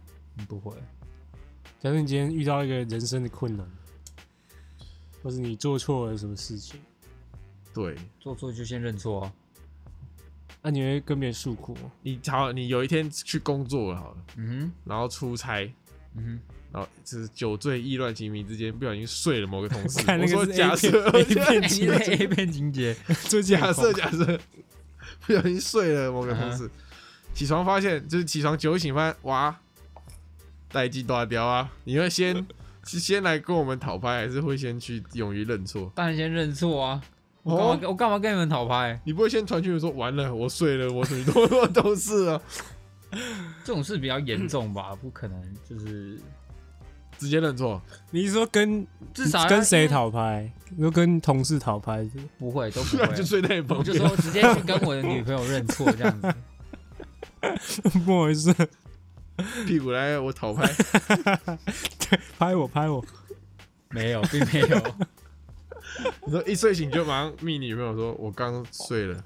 C: 不会。
B: 假设你今天遇到一个人生的困难，或是你做错了什么事情，
A: 对
C: 做错就先认错啊。
B: 那、你会跟别人诉苦吗？
A: 你好，你有一天去工作了好了，
C: 嗯
A: 然后出差，
C: 哼，嗯
A: 然后就是酒醉意乱情迷之间，不小心睡了某个同事。
B: 看那
A: 我说
B: 个是 A
A: 假设，
B: 片 A
C: 哼，
B: 片
C: 你
B: 情
C: 的
B: 节
C: A 片情节，
B: 最近
A: 假
B: 很
A: 设
B: 红
A: 假设，不小心睡了某个同
C: 嗯
A: 事，起床发现就是起床酒醒发现哇，待机大雕啊！你会先 是先来跟我们讨拍，还是会先去勇于认错？
C: 当然先认错啊。我干嘛
A: 哦
C: 跟、，我干嘛跟你们讨拍？
A: 你不会先传讯息说完了，我睡了，我女都我都是啊，
C: 这种事比较严重吧，不可能就是
A: 直接认错。
B: 你是说跟
C: 至少要
B: 跟谁讨拍？你说跟同事讨拍是不是
C: 不会都不
A: 不然
C: 会，
A: 就睡在你旁
C: 啊我就
A: 边。
C: 说 直接去跟我的女朋友认错这样子。
B: 不好意思，
A: 屁股来我讨拍，
B: 拍我拍我，
C: 没有，并没有。
A: 你说一睡醒就马上密女朋友说，我刚睡 了，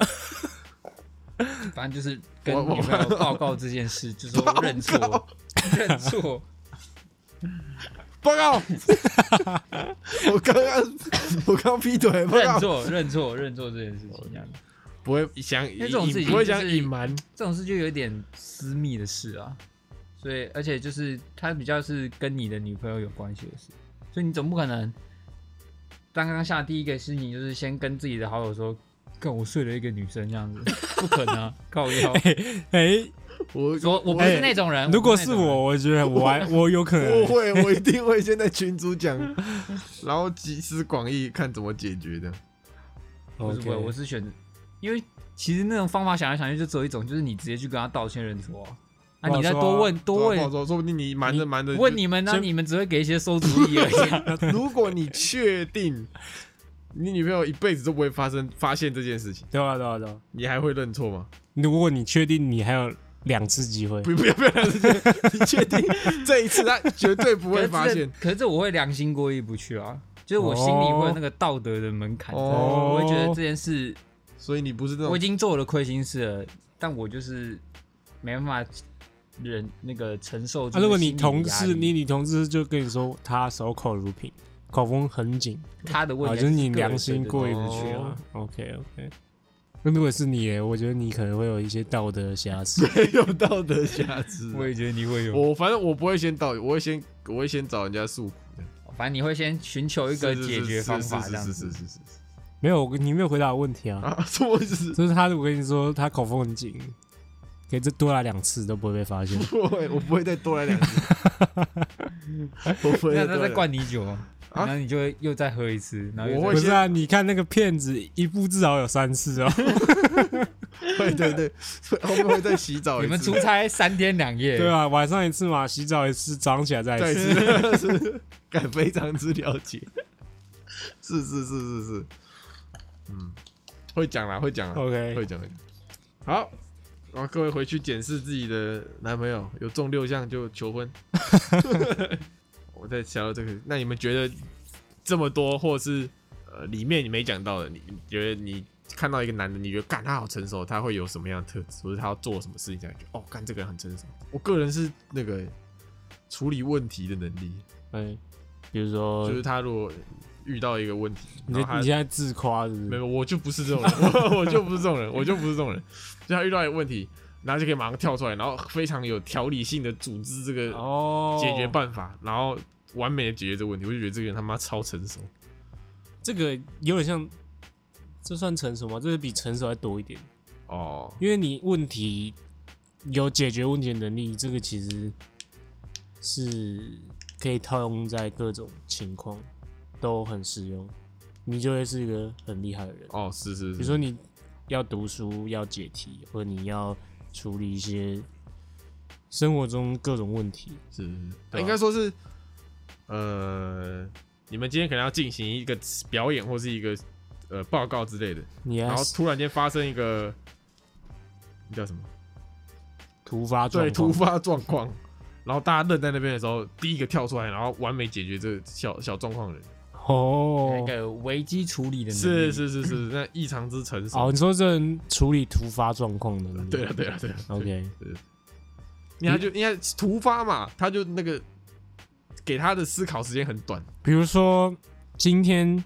C: 反正就是跟
A: 我我
C: 女朋友报告这件事，就说认错，认错。
A: 报 告，我刚刚我刚劈腿，报
C: 认
A: 告，
C: 错、认错、认错这件事情，这样
A: 不会想
C: 为这种事情
A: 隐不会想
C: 就是
A: 隐瞒，
C: 这种事就有点私密的事啊。所以，而且就是它比较是跟你的女朋友有关系的事，所以你总不可能刚刚下第一个事情就是先跟自己的好友说，跟我睡了一个女生这 样子，不可能、啊，靠腰。
B: 哎，
A: 我
C: 说 我不
A: 哎
C: 是那种人，
B: 如果
C: 不那
B: 是
C: 种人
B: 我，，我觉得我还我有可
A: 我
B: 能，
A: 会，我一定会先在群主讲，然后集思广益，看怎么解决的。
C: 不是不会，我
B: OK
C: 是选，因为其实那种方法想来想去就只有一种，就是你直接去跟他道歉认错啊。啊，
B: 不好
C: 你再
B: 说
C: 多
B: 啊
C: 问多
A: 不好
C: 问
A: 说，说不定你瞒着瞒着。
C: 问，你们呢，
B: 先
C: 你们只会给一些馊主意而已啊。
A: 如果你确定你女朋友一辈子都不会发生发现这件事情，
B: 对啊对啊对啊。
A: 你还会认错吗？
B: 如果你确定你还有两次机会，
A: 不，不要，不要，不要你确定这一次她绝对不
C: 可
A: 会
C: 是
A: 发
C: 这
A: 现？
C: 可是这我会良心过意不去啊，就是我心里会有那个道德的门槛在，
A: 哦
C: 我会觉得这件事
A: 所以你不是那
C: 我
A: 种
C: 已经做了亏心事了，但我就是没办法忍那个承受这
B: 啊，
C: 个
B: 如果
C: 心理
B: 你
C: 的压力。
B: 同事，你你同事就跟你说他守口如瓶，口风很紧，
C: 他的问
B: 啊，
C: 题
B: 就
C: 还
B: 是
C: 是
B: 你
C: 个人哦
B: 良心
C: 的
B: 过意
C: 东
B: 不
C: 西
B: 去啊。OK OK。那如果是你耶，我觉得你可能会有一些道德 瑕疵。
A: 没有道德瑕疵的。
C: 我也觉得你会有，
A: 我反正我不会先道，我会先我会先找人家诉苦的，
C: 反正你会先寻求一个
A: 是是
C: 解
A: 是
C: 决
A: 是
C: 方法
A: 是
C: 这样
A: 是
C: 子
A: 是。是是是
B: 没有，我你没有回答我问题啊。
A: 啊， 什么意 思？
B: 就是他如果跟你说他口风很紧，可以再多来两次都不会被发现。
A: 不会，我不会再多来两次。 我不会再多来
C: 那他在
A: 两次。
C: 灌你酒吗，然后你就会又再喝一次，然后又
A: 我
B: 不
A: 会
B: 是啊，你看那个骗子一步至少有三次哦。
A: 对对对，后面会再洗
C: 再
A: 澡一
C: 你
A: 次。
C: 们出差三天两夜，
B: 对啊，晚上一次嘛，洗澡一次，早上起来再
A: 再
B: 一次。
A: 一 次，感非常之了解。是是是是是，嗯，会讲啦，会讲啦
B: OK
A: 会讲会讲。好，然后各位回去检视自己的男朋友，有中六项就求婚。我在想到这个，那你们觉得这么多，或是呃里面你没讲到的，你你觉得你看到一个男的，你觉得干他好成熟，他会有什么样的特质，或者他要做什么事情才觉得哦，干这个人很成熟？我个人是那个处理问题的能力，
B: 哎，比如说
A: 就是他如果遇到一个问题，
B: 你
A: 然后
B: 这
A: 他
B: 你现在自夸是不
A: 没
B: 是？
A: 有，我就不是这种人，我 我就不是这种人，我就不是这种人。就他遇到一个问题，然后就可以马上跳出来，然后非常有条理性的组织这个
B: 哦
A: 解决办法，然后完美的解决这个问题。我就觉得这个人他妈超成熟，
B: 这个有点像，这算成熟吗？这是比成熟还多一点，
A: 哦，
B: 因为你问题有解决问题的能力，这个其实是可以套用在各种情况，都很适用，你就会是一个很厉害的人。
A: 哦，是是
B: 比
A: 是，
B: 如说你要读书、要解题，或者你要处理一些生活中各种问题，
A: 是是是
B: 对啊
A: 应该说是，呃，你们今天可能要进行一个表演或是一个呃报告之类的，
B: 你
A: 然
B: 要
A: 后突然间发生一个，那叫什么？
B: 突发状
A: 对，突
B: 况。
A: 发状况，然后大家愣在那边的时候，第一个跳出来，然后完美解决这个小小状况的人，
B: 哦
C: 那个危机处理的能力
A: 是，是是是，那异常之成熟。
B: 哦，你说这人处理突发状况的能力？
A: 对了啊对了对了
B: OK，
A: 因为他就因为他突发嘛，他就那个给他的思考时间很短，
B: 比如说今天，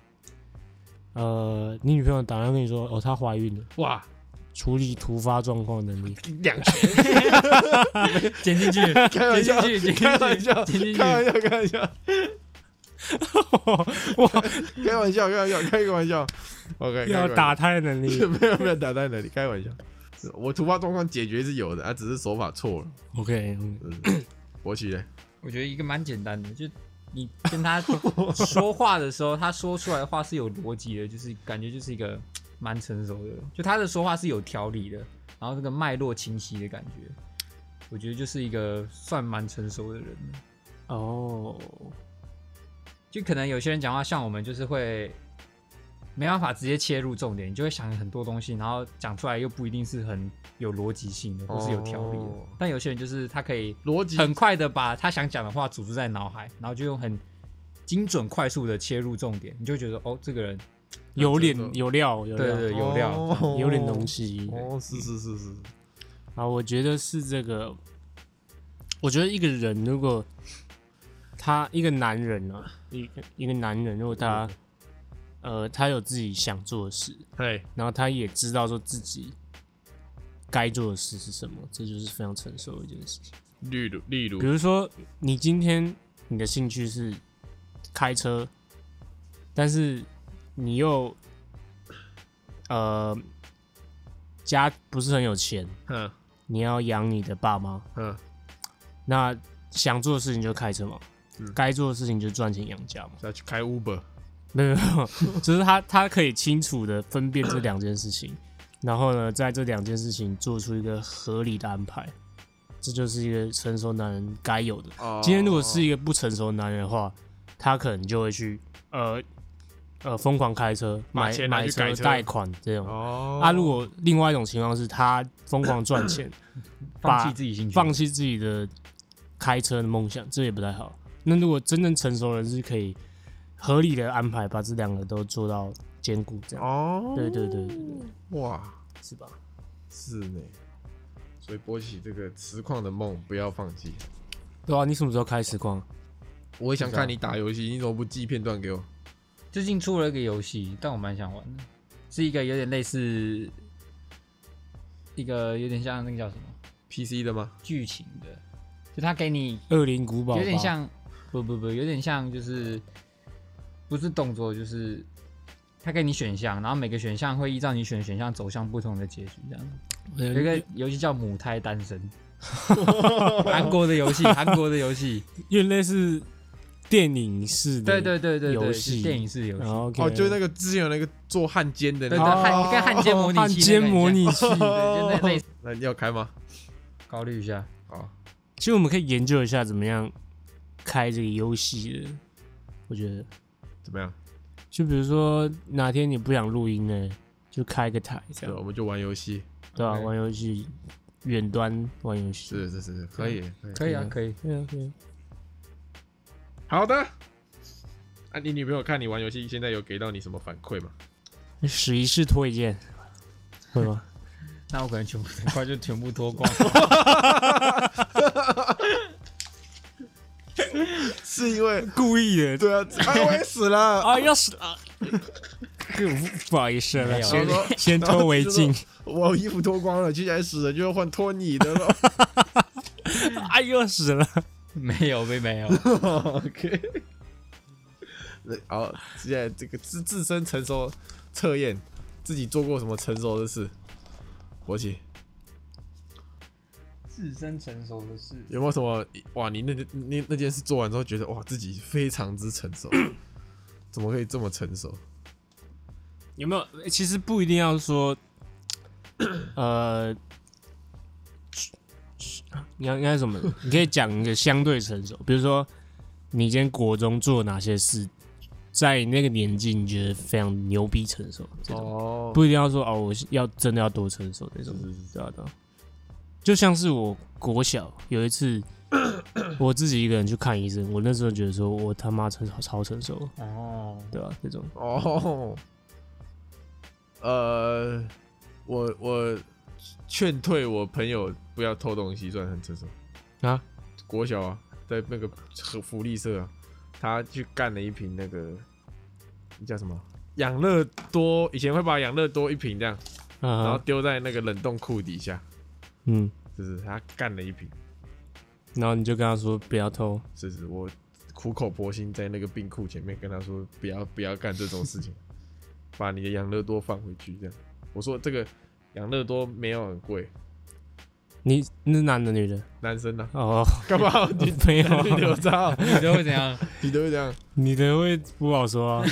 B: 呃，你女朋友打电话跟你说，哦，她怀孕了，
A: 哇，
B: 处理突发状况的能力。
A: 两拳，
C: 剪进去，
A: 开玩笑
C: 剪进去，
A: 开
C: 剪
A: 玩
C: 进
A: 笑，
C: 去，剪进去
A: 开，玩笑，开玩笑，
B: 哇，
A: 开玩笑，开玩笑，开个玩笑，OK，开个
B: 要
A: 玩笑
B: 打胎的能力。
A: 没有没有打在那里，开玩笑，是我突发状况解决是有的，啊，只是手法错了，
B: OK，
A: 博奇嘞，
C: 我觉得一个蛮简单的，就你跟他说话的时候，他说出来的话是有逻辑的，就是感觉就是一个蛮成熟的人，就他的说话是有条理的，然后这个脉络清晰的感觉，我觉得就是一个算蛮成熟的人了
B: 哦，
C: 就可能有些人讲话像我们就是会没办法直接切入重点，你就会想很多东西，然后讲出来又不一定是很有逻辑性的，或是有条理的。
A: 哦
C: 但有些人就是他可以
A: 逻辑
C: 很快的把他想讲的话组织在脑海，然后就用很精准、快速的切入重点，你就会觉得哦，这个人
B: 有
A: 那真
B: 脸
A: 的
B: 有料有
C: 对对对
B: 料
C: 有料，
A: 哦
B: 有点东西
A: 哦，是是是是，
B: 啊，我觉得是这个。我觉得一个人如果他一个男人啊，一个一个男人如果他呃他有自己想做的事，
A: 嘿，
B: 然后他也知道说自己该做的事是什么，这就是非常成熟的一件事情。
A: 例如例如
B: 比，如说，你今天你的兴趣是开车，但是你又呃家不是很有钱，
A: 嗯
B: 你要养你的爸妈，
A: 嗯，
B: 那想做的事情就开车嘛
A: 嗯，
B: 该做的事情就赚钱养家嘛。
A: 再去开 Uber，
B: 没有，没有，就是他他可以清楚的分辨这两件事情，然后呢，在这两件事情做出一个合理的安排，这就是一个成熟男人该有的。
A: 哦
B: 今天如果是一个不成熟的男人的话，他可能就会去呃呃疯狂开车，
A: 把
B: 买
A: 钱拿
B: 买
A: 去改车
B: 贷款这种。
A: 哦，
B: 啊，如果另外一种情况是他疯狂赚钱，把
C: 放弃自己兴趣，
B: 放弃自己的开车的梦想，这也不太好。那如果真正成熟人是可以合理的安排，把这两个都做到兼顾，这样。
A: 哦，
B: 对对对对对，
A: 哇，
B: 是吧？
A: 是呢，所以波起这个实况的梦不要放弃。
B: 对啊，你什么时候开实况？
A: 我也想
B: 啊
A: 看你打游戏，你怎么不寄片段给我？
C: 最近出了一个游戏，但我蛮想玩的，是一个有点类似一个有点像那个叫什么
A: PC 的吗？
C: 剧情的，就他给你
B: 恶灵古堡吧
C: 有点像，不不不，有点像就是不是动作，就是他给你选项，然后每个选项会依照你选的选项走向不同的结局，这样。
B: 呃
C: 有一个游戏叫《母胎单身》， 韩国的游戏，韩国的游戏，
B: 有点类似电影式的，
C: 对对对对
B: 游
C: 对，
B: 戏
C: 是电影式游
B: 然
C: 戏，
B: 后 OK，
A: 哦，就是那个之前有那个做汉奸的那
C: 对
A: 个，
C: 对
A: 哦
C: 汉跟哦汉奸模拟器那个
B: 啊汉
C: 很
B: 奸
C: 像
B: 哦模拟器。
C: 对，就那类似
A: 那你要开吗？哦
C: 考虑一下。
A: 好，
B: 其实我们可以研究一下怎么样开这个游戏的，我觉得。
A: 怎么样？
B: 就比如说哪天你不想录音呢，就开个台这
A: 对，我
B: 样，
A: 们就玩游戏。
B: 对啊，
C: OK
B: 玩游戏，远端玩游戏，
A: 是是是是，可以可以。
C: 可以啊，可以。
B: 对啊，对啊。
A: 好的。啊，你女朋友看你玩游戏，现在有给到你什么反馈吗？
B: 那史一式推荐会吗？
C: 那我可能全部很快就全部脱 光。
A: 是因为
B: 故意的，
A: 对啊，哎，我也死 了。
B: 啊，要死啊！不不好意思
C: 没
B: 了，
C: 有
B: 先
A: 然后说
B: 先脱 围巾。
A: 我衣服脱光了，接下来死人就要换脱你的了。
B: 哎呦，死了！
C: 没有，没没有。
A: OK，好，接下来这个自自身成熟测验，自己做过什么成熟的事？博奇
C: 自身成熟的事，
A: 有没有什么哇？你那那那件事做完之后，觉得哇自己非常之成熟，怎么可以这么成熟？
B: 有没有？欸其实不一定要 说，呃，你要应该怎么？你可以讲一个相对成 熟，比如说你今天国中做哪些事，在你那个年纪你觉得非常牛逼成熟，这种、
A: 哦，
B: 不一定要说哦，我是要真的要多成熟那种，对啊对啊。就像是我国小有一 次，我自己一个人去看医生，我那时候觉得说我他妈成熟超成熟，
C: 哦，
B: 对吧、啊？这种
A: 哦， 呃，我我劝退我朋友不要偷东西，算很成熟。
B: 啊，
A: 国小啊，在那个和福利社啊，他去干了一瓶那个那叫什么养乐多，以前会把养乐多一瓶这样，然后
B: 啊，
A: 丢在那个冷冻库底下，
B: 嗯。
A: 就是他干了一瓶，
B: 然后你就跟他说不要偷，
A: 就是我苦口婆心在那个冰库前面跟他说不要不要干这种 事情，把你的养乐多放回去这样。我说这个养乐多没有很贵，
B: 你那男的女的？
A: 男生呢、啊，
B: 哦，
A: 干嘛你你
B: 没
A: 怎么
B: 有，啊
A: 知道？
C: 你觉得会怎 样？
A: 你都会这 样？
B: 你的会不好说 啊，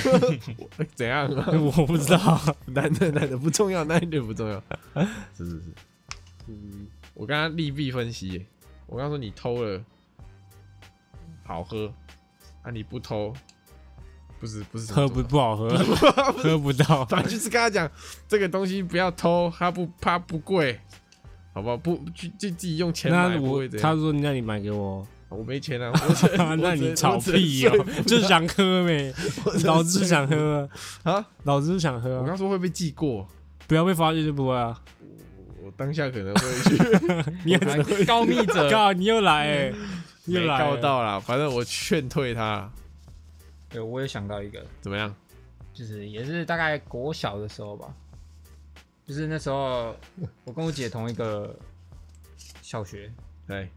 A: 哎怎样、啊？
B: 我不知道。
A: 男的男的不重要，男的不重要。 是是是，嗯，我刚刚利弊分析耶，我刚刚说你偷了好喝，啊你不偷，不是不是什么
B: 喝
A: 做
B: 不
A: 法
B: 不好 喝，喝不到。
A: 反正就是跟他讲，这个东西不要偷，它不它不贵，好不好？不就就自己用钱买
B: 那
A: 不
B: 我
A: 会这
B: 他
A: 样。
B: 说那你买 给我，
A: 我没钱 啊，我只我
B: 那
A: 只
B: 你吵
A: 我只
B: 屁
A: 能
B: 哦， 就是想 喝呗，
A: 只能
B: 老子就想喝，
A: 睡 啊！
B: 老子就想喝
A: 我
B: 啊，
A: 刚说会被记过，
B: 不要被发现就不会啊。
A: 我当下可能会去
B: 你也
C: 哎高密者，
B: 告你又来欸，你 又
A: 呃嗯没
B: 来欸
A: 告，到啦，反正我劝退他，
C: 对，我也想到一个，
A: 怎么样？
C: 就是也是大概国小的时候吧，就是那时候我跟我姐同一个小学，
A: 哎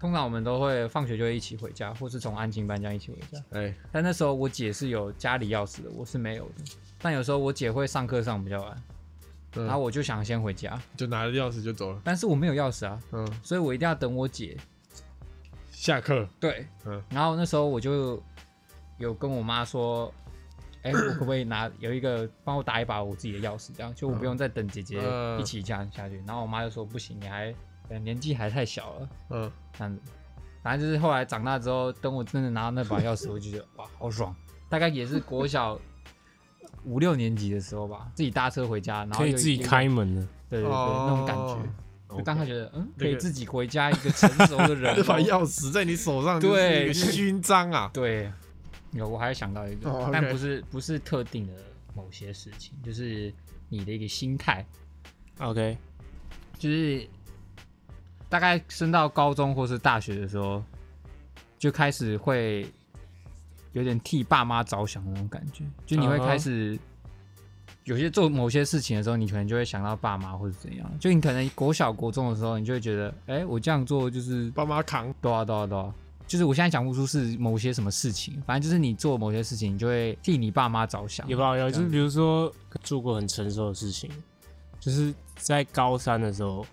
C: 通常我们都会放学就会一起回家，或是从安静班这样一起回家。
A: 哎，
C: 但那时候我姐是有家里钥匙的，我是没有的。但有时候我姐会上课上比较晚，然后
A: 嗯，
C: 我就想先回家，
A: 就拿着钥匙就走了。
C: 但是我没有钥匙啊，
A: 嗯，
C: 所以我一定要等我姐。
A: 下课，
C: 对，
A: 嗯
C: 然后那时候我就有跟我妈说， 哎、我可不可以拿有一个帮我打一把我自己的钥匙，这样就我不用再等姐姐
A: 嗯
C: 一起这样下去。然后我妈就说不行，你还呃年纪还太小了，
A: 嗯，
C: 这样子。反正就是后来长大之后，等我真的拿到那把钥匙，我就觉得哇，好爽！大概也是国小五六年级的时候吧，自己搭车回家，然后
B: 可以
C: 又
B: 自己
C: 一个，
B: 开门了。
C: 对对对，那种感
A: 哦
C: 觉。我当时觉得，嗯，
A: 那
C: 可以
A: 个
C: 自己回家，一个成熟的 人
A: 这 把
C: 哦
A: 钥匙在你手上就是
C: 对
A: 一个
C: 是
A: 勋章啊！
C: 对，有我还想到一个，
A: 哦，OK
C: 但不是不是特定的某些事情，就是你的一个心态，
B: OK，
C: 就是大概升到高中或是大学的时候，就开始会有点替爸妈着想的那种感觉，就你会
B: 啊哈
C: 开始。有些做某些事情的时候，你可能就会想到爸妈或者怎样。就你可能国小、国中的时候，你就会觉得，哎、我这样做就是
A: 爸妈扛，
C: 对啊，对啊，对啊，就是我现在讲不出是某些什么事情，反正就是你做某些事情，你就会替你爸妈着想。
B: 有吧？有，
C: 这
B: 就是
C: 样
B: 比如说做过很成熟的事情，就是在高三的时候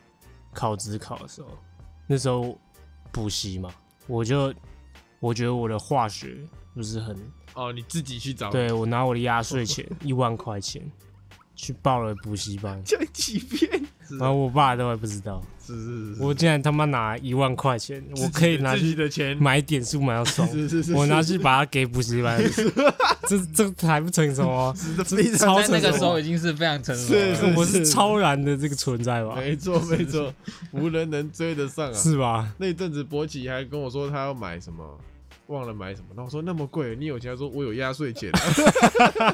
B: 考职考的时候，那时候补习嘛，我就我觉得我的化学不是很，
A: 哦，你自己去找，，
B: 对我拿我的压岁钱一万块钱去报了补习班，
A: 这样几遍，是
B: 然后我爸都还不知道，
A: 是是是，
B: 我竟然他妈拿一万块钱，我可以拿
A: 自己
B: 去
A: 的钱，
B: 买点数买到爽，
A: 是是是，
B: 我拿去把它给补 习班，这这还不成熟啊？
A: 是非常
B: 超
C: 在那个
B: 成熟哦
C: 时候已经是非常成熟
A: 是
C: 了。
B: 我是超然的这个存在吧？
A: 没错没错，无人能追得上啊。
B: 是吧？
A: 那阵子博奇还跟我说他要买什么，忘了买什么，然后我说那么贵，你有钱？他说我有压岁 钱啊，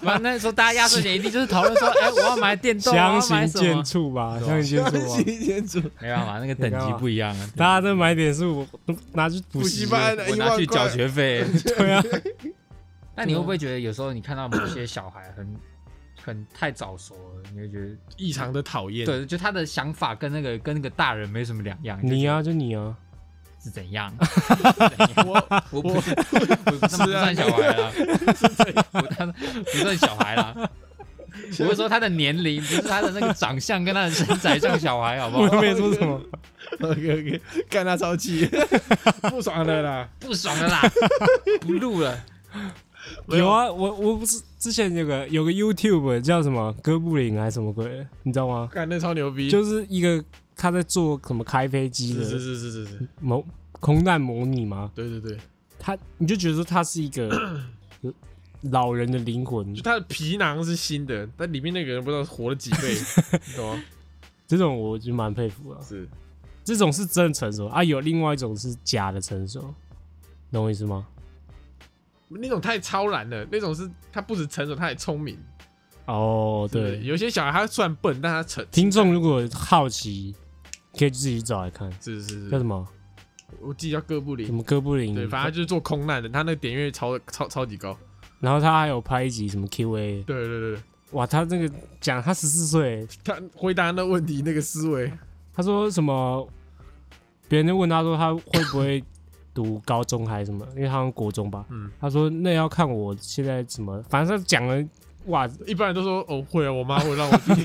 C: 反正那时候大家压岁钱一定就是讨论说，哎，我要买电 动，我要
B: 相
C: 买
B: 形
C: 什么
B: 见？绌吧，
C: 对
B: 相形见绌吧。
A: 天 主，
C: 没办法，那个等级不一样啊。
B: 大家都买点数，我拿去补
A: 补习
B: 习
A: 班的
C: 我
A: 一
C: 拿
A: 万
C: 去缴
A: 块，
C: 学费。
B: 对啊，
C: 那你会不会觉得有时候你看到某些小孩很很太早熟了，你会觉得
A: 异常的讨厌。，
C: 对，就他的想法跟那个跟那个大人没什么两样。就
B: 你
C: 觉得
B: 啊，就你 啊，
C: 是怎样？是怎样
A: 我
C: 我不是，我不
A: 是啊
C: 算小孩啦，我他不算小孩啦。我是说他的年龄，不是他的那个长相跟他的身材像小孩，好不
B: 我
C: 好？
B: 又没说什么。
A: OK OK，干他超气， 不爽的啦。
C: 不爽了啦，不录了。
A: 没
B: 有，啊，我我不是之前有个有个 YouTube 叫什么哥布林还是什么鬼的，你知道吗？
A: 干那超牛逼，
B: 就是一个他在做什么开飞机
A: 是是
B: 的
A: 是是是是，
B: 模空难模拟吗？
A: 对对对，
B: 他你就觉得说他是一 个老人的灵魂
A: 就，他的皮囊是新的，但里面那个人不知道活了几倍，你懂 吗？
B: 这种我就蛮佩服的。啊
A: 是
B: 这种是真的成熟啊，有另外一种是假的成熟，懂我意思吗？
A: 那种太超然了，那种是他不止成熟，他也聪明。
B: 哦，
A: 是不是
B: 对，
A: 有些小孩他虽然笨，但他成
B: 听众如果好奇，可以自己找来看，
A: 是是
B: 叫什
A: 是，
B: 么
A: 我记得叫哥布
B: 什
A: 林，
B: 么哥布林，
A: 对，反正就是做空难的，他那个点阅超超超级高。
B: 然后他还有拍一集什么
A: 对
B: Q&A，
A: 对对，对
B: 哇，他那个讲他十四岁，
A: 他回答那问题那个思维，
B: 他说什么，别人就问他说他会不会读高中还是什么， 因为他们国中吧，
A: 嗯，
B: 他说那要看我现在怎么，反正他讲了，哇，
A: 一般人都说哦会啊，我妈会让我毕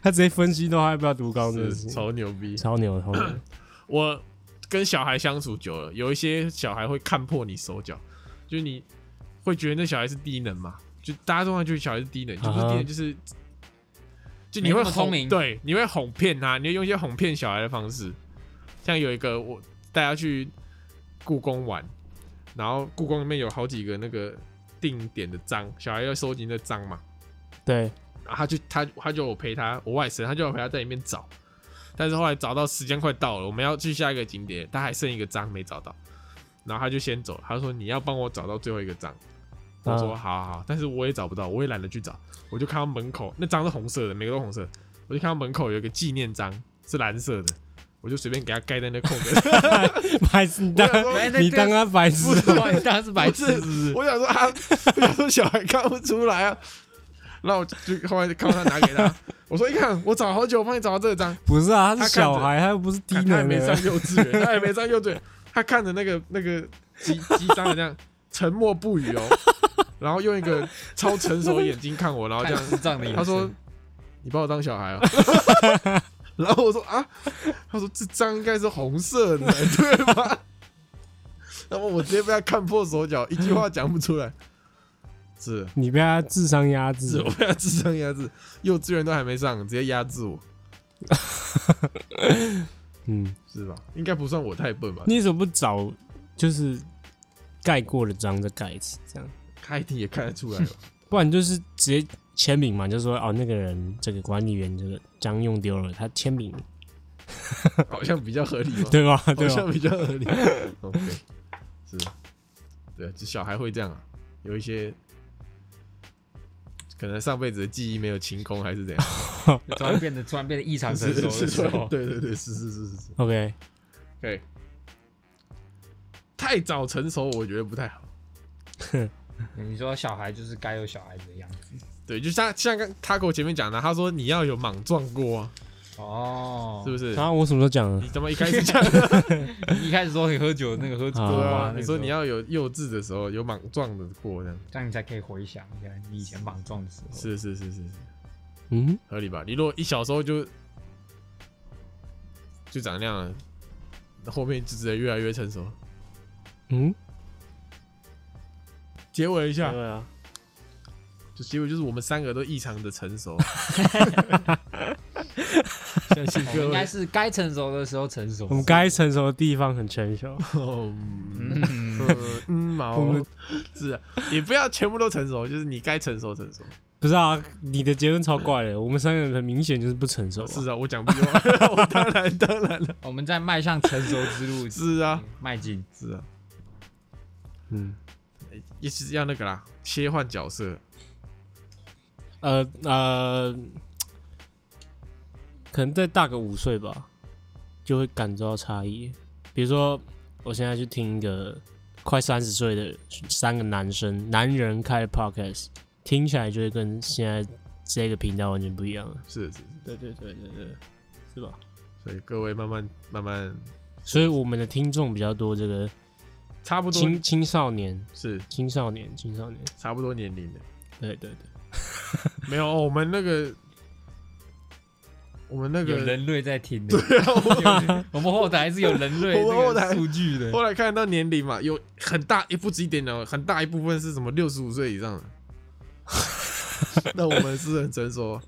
B: 他直接分析到他要不要读高中
A: 业
B: 的
A: 是
B: 事情，
A: 超牛逼。
B: 超牛，超牛，
A: 我跟小孩相处久了，有一些小孩会看破你手脚，就是你会觉得那小孩是低能嘛，就大家通常觉得小孩是低能，就不是低
B: 啊哈
A: 能，就是就你会
C: 没那么聪
A: 哄，
C: 明
A: 对，你会哄骗他，你会用一些哄骗小孩的方式。像有一个我带他去故宫玩，然后故宫里面有好几个那个定点的章，小孩要收集那章嘛，
B: 对，
A: 然后他就他他就有陪他，我外甥他就有陪他在里面找，但是后来找到时间快到了，我们要去下一个景点，他还剩一个章没找到，然后他就先走了，他说你要帮我找到最后一个章，我说
B: 嗯
A: 好好好，但是我也找不到，我也懒得去找，我就看到门口那章是红色的，每个都红色，我就看到门口有一个纪念章是蓝色的，我就随便给他盖在那空格。
B: 白痴，你当
A: 我想说
C: 哎那
B: 你当他白痴
A: 不是
B: 啊，
C: 当然是白痴，是不是？
A: 我想说啊，我想说小孩看不出来啊。然后我就后来就看到他拿给他，我说你看，我找好久，我帮你找到这张，
B: 不是啊，他
A: 他
B: 是
A: 看着
B: 小孩，他又不是低
A: 看他还
B: 能
A: 没上
B: 儿，
A: 幼稚园，他还没上幼稚园，他看着那个那个机机章这样沉默不语哦，然后用一个超成熟的眼睛看我，然后这
C: 看
A: 样
C: 智障的眼
A: 他
C: 神
A: 说：“你把我当小孩 啊、然后我说：“啊。”他说：“这张应该是红色的，对吧？”那么我直接被他看破手脚，一句话讲不出来。是
B: 你被他智商压
A: 是，
B: 制
A: 我，被他智商压制，幼稚园都还没上，直接压制我，
B: 嗯，
A: 是吧？应该不算我太笨吧？
B: 你怎么不找就是盖过的章再盖一次，这样，
A: 开题也看得出来吧？
B: 不然就是直接签名嘛，就说哦那个人这个管理员这个章用丢了，他签名，
A: 好像比较合理吧？
B: 对吧？
A: 好
B: 对哦吧
A: 像？比较合理。OK，是，对，这小孩会这样啊，有一些可能上辈子的记忆没有清空，还是怎样？
C: 突然变得突然变得异常成
A: 是
C: 熟
A: 是
C: 的
A: 是
C: 时候，
A: 对对对，是是是是是。
B: OK，
A: OK，太早成熟我觉得不太好。
C: 你说小孩就是该有小孩子的样子
A: 对，就像像刚他跟我前面讲的，他说你要有莽撞过啊，
C: 哦，
A: 是不是？
B: 然后我什么时候讲
A: 你
B: 了？
A: 怎么一开始讲？
C: 一开始说你喝酒那个喝酒
B: 啊
A: 对
C: 嘛
A: 啊，，
C: 那
A: 你
C: 个
A: 说
C: 时候
A: 你要有幼稚的时候有莽撞的过，这样
C: 这样你才可以回想一下你以前莽撞的时候。
A: 是是是是是。
B: 嗯，
A: 合理吧？你如果一小时候就就长那样了，那后面就只能越来越成熟。
B: 嗯，
A: 结尾一下，
B: 啊，
A: 就结尾就是我们三个都异常的成熟，相信各
C: 我们哎应该
A: 位。
C: 是该成熟的时候成熟。
B: 我们该成熟的地方很成熟，
A: 嗯
C: 嗯，
A: 嗯毛
B: 我们
A: 是啊，也不要全部都成熟，就是你该成熟成熟。
B: 不是啊？你的结论超怪的，我们三个人很明显就是不成熟啊，
A: 是啊，我讲不完，我当然当然了。
C: 我们在迈向成熟之 路
A: 是啊，
C: 迈进。
A: 是啊，
B: 嗯，
A: 也是要那个啦，切换角色。
B: 呃呃，可能再大个五岁吧，就会感受到差异。比如说，我现在去听一个快三十岁的三个男生男人开的 podcast，听起来就会跟现在这个频道完全不一样了。
A: 是是是，
B: 对对对对对，是吧？
A: 所以各位慢慢慢慢，
B: 所以我们的听众比较多，这个
A: 差不多
B: 青青少年、
A: 是
B: 青少年、青少年，
A: 差不多年龄的。
B: 对对对，
A: 没有，哦我们那个，我们那
C: 有
A: 个，啊
C: 人类在听的， 我们后台还是有人类
A: 我们后
C: 这
A: 台
C: 个数据的。
A: 后来看到年龄嘛，有很大也不止一点哦，很大一部分是什么六十五岁以 上的。那我们是很成 熟，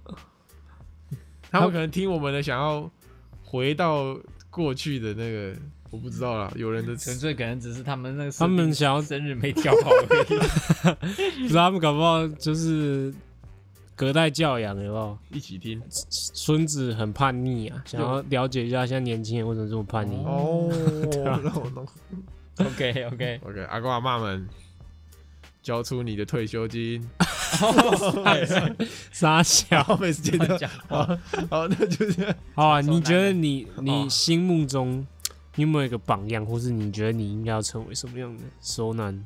A: 他们可能听我们的，想要回到过去的那个，我不知道啦。有人的
C: 纯粹可能只是他们那个
B: 他们想要
C: 生日没调好而已，
B: 不知道他们搞不好就是隔代教养，有没有？
A: 一起听
B: 孙子很叛逆啊，想要了解一下现在年轻人为什么这么叛逆。
C: 哦
A: 哦，让我弄。
C: OK OK，
A: OK，阿公阿妈们，交出你的退休金。
B: 傻 小，
A: 好，没时间
C: 乱
A: 的。
C: 讲
A: 好，好，那就这样。
B: 好啊！
C: 成熟
B: 你觉得
C: 男
B: 你
A: 哦
B: 你心目中你有没有一个榜样，或是你觉得你应该要成为什么样的熟男？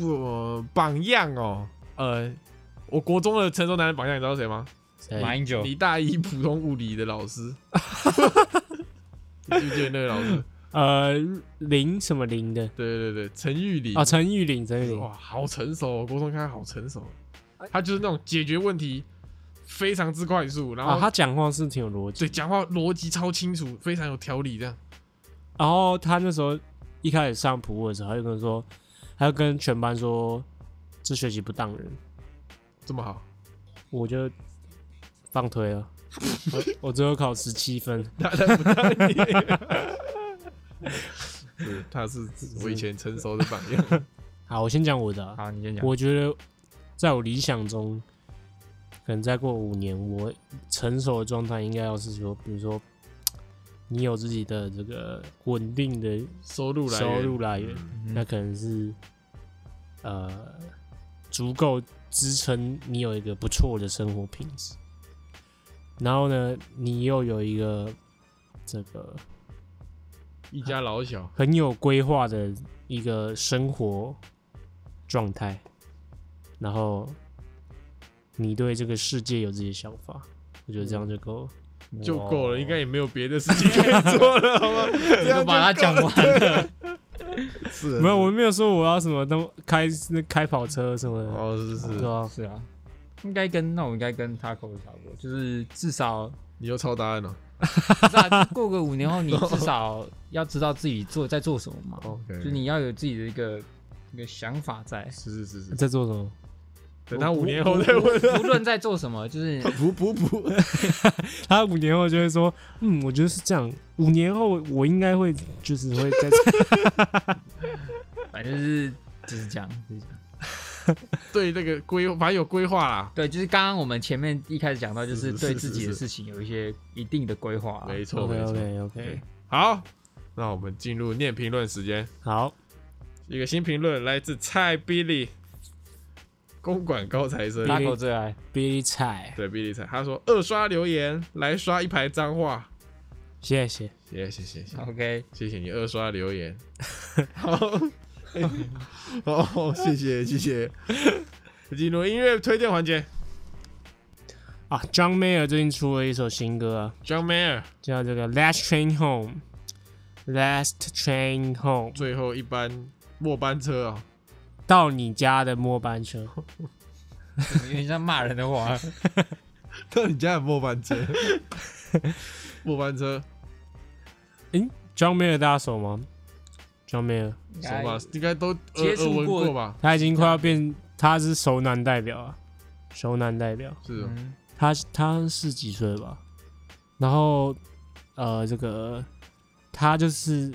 A: 我榜样哦，呃，我国中的成熟男人榜样，你知道谁吗？
B: 谁
C: 马英九
A: 你大一普通物理的老 师，你记不记得那个老师？
B: 呃，林什么林的
A: 对对对，陈玉林
B: 啊？陈玉林，陈玉林
A: 哇，好成熟、哦，国中看他好成熟，
B: 哎
A: 他就是那种解决问题非常之快速，然后、
B: 啊，他讲话是挺有逻辑
A: 对。讲话逻辑超清楚，非常有条理，这样
B: 然后他那时候一开始上普物的时候，他就跟我说，他就跟全班说，这学期不当人，
A: 这么好，
B: 我就放推了。我 我最后考十七分，
A: 他他不当你。 对，他是我以前成熟的榜样。
B: 好，我先讲我的啊、
C: 好，你先讲。
B: 我觉得在我理想中，可能再过五年，我成熟的状态应该要是说，比如说你有自己的这个稳定的
A: 收入来
B: 收入来源，
A: 嗯
C: 嗯
B: 那可能是呃足够支撑你有一个不错的生活品质。然后呢，你又有一个这个
A: 一家老小，
B: 很有规划的一个生活状态，然后你对这个世界有自己的想法，我觉得这样就够了。
A: 就够
C: 哇
A: 了，应该也没有别的 事情可以做了，好吗？这
C: 你
A: 样
C: 都
A: 就
C: 把它讲完了。
A: 够了，是
B: 没有，我没有说我要什么都开那开跑车什么的，
A: 哦，是
B: 对
A: 是，
B: 啊，
C: 是啊，应该跟那我应该跟 Taco 差不多，就是至少
A: 你又抄答案了
C: 不是啊，过个五年后，你至少要知道自己做在做什么嘛，
A: ，OK，
C: 就你要有自己的一个一个想法在。
A: 是是是是，
B: 在做什么？
A: 等他
C: 不
A: 五年后再 问，
C: 无论在做什么，就是
A: 补补补，
B: 他五年后就会说，嗯，我觉得是这样。五年后我应该会就是会在
C: 反正就是就是这样，就是这样。
A: 对那个规，蛮有规划啦，
C: 对，就是刚刚我们前面一开始讲到，就是是
A: 是
C: 对
A: 是
C: 自
A: 是
C: 己的
A: 是
C: 事情有一些一定的规划啊。
A: 没 错
B: OK
A: 没错，
B: OK OK，
A: 对好，那我们进入念评论时间。
B: 好，
A: 一个新评论来自蔡 Billy，公馆高材生，
B: Billy
C: Taco 最爱，
B: 比菜，
A: 对 Billy 蔡，他说二刷留言来刷一排脏话，
B: 谢谢。
A: 谢谢谢谢
C: OK，
A: 谢谢你二刷留 言，好，哦谢谢谢谢，进入音乐推荐环节
B: 啊，John Mayer 最近出了一首新歌啊，
A: ，John Mayer
B: 叫这个《Last Train Home》，Last Train Home，
A: 最后一班末班车 啊、
B: 到你家的末班车。
C: 有点像骂人的话。
A: 到你家的末班车， 末班车
B: John Mayer 大家熟吗？John Mayer，
C: 应
A: 什
C: 该
A: 么啊应该都
C: 接
A: 耳
C: 触
A: 耳闻
C: 过
A: 过吧？
B: 他已经快要变，他是熟男代表啊，熟男代表。
A: 是哦，
C: 嗯
B: 他他是几岁吧？然后呃，这个他就是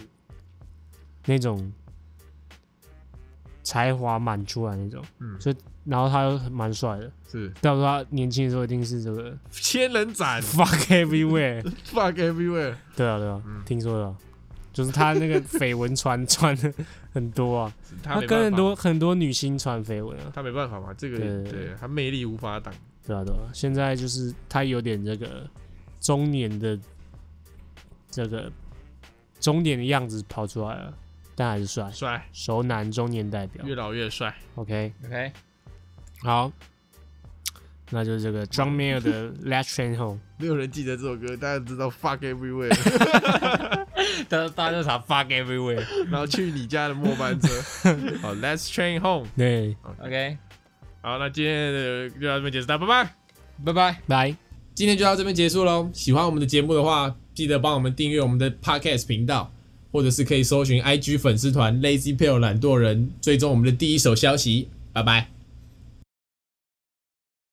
B: 那种才华满出来那种，
A: 嗯
B: 所以然后他又蛮帅的。
A: 是
B: 但我说他年轻的时候一定是这个
A: 千人斩
B: fuck everywhere。
A: ，fuck everywhere。
B: 对啊，对啊，
A: 嗯
B: 听说的啊，就是他那个绯闻传 传的很多啊，他
A: 没
B: 跟
A: 办
B: 很
A: 法
B: 多很多女星传绯闻啊，
A: 他没办法嘛，这个
B: 对对
A: 对他魅力无法挡。
B: 对啊，对啊，现在就是他有点这个中年的这个中年的样子跑出来了，但还是帅，
A: 帅，
B: 熟男中年代表
A: 越老越帅。
B: ，OK，
C: OK，
B: 好，那就是这个 John Mayer 的 Last Train Home，
A: 没有人记得这首歌，大家知道 fuck everywhere，
C: 大大家就查 fuck everywhere。
A: 然后去你家的末班 车。好，Let's train home。
B: 对，
C: OK，
A: 好，那今天的就到这边结束，大家拜拜。
C: 拜拜。
B: 来。
A: 今天就到这边结束喽。喜欢我们的节目的话，记得帮我们订阅我们的 Podcast 频道，或者是可以搜寻 IG 粉丝团 Lazy p a l e 懒惰人，追踪我们的第一手消息。拜拜。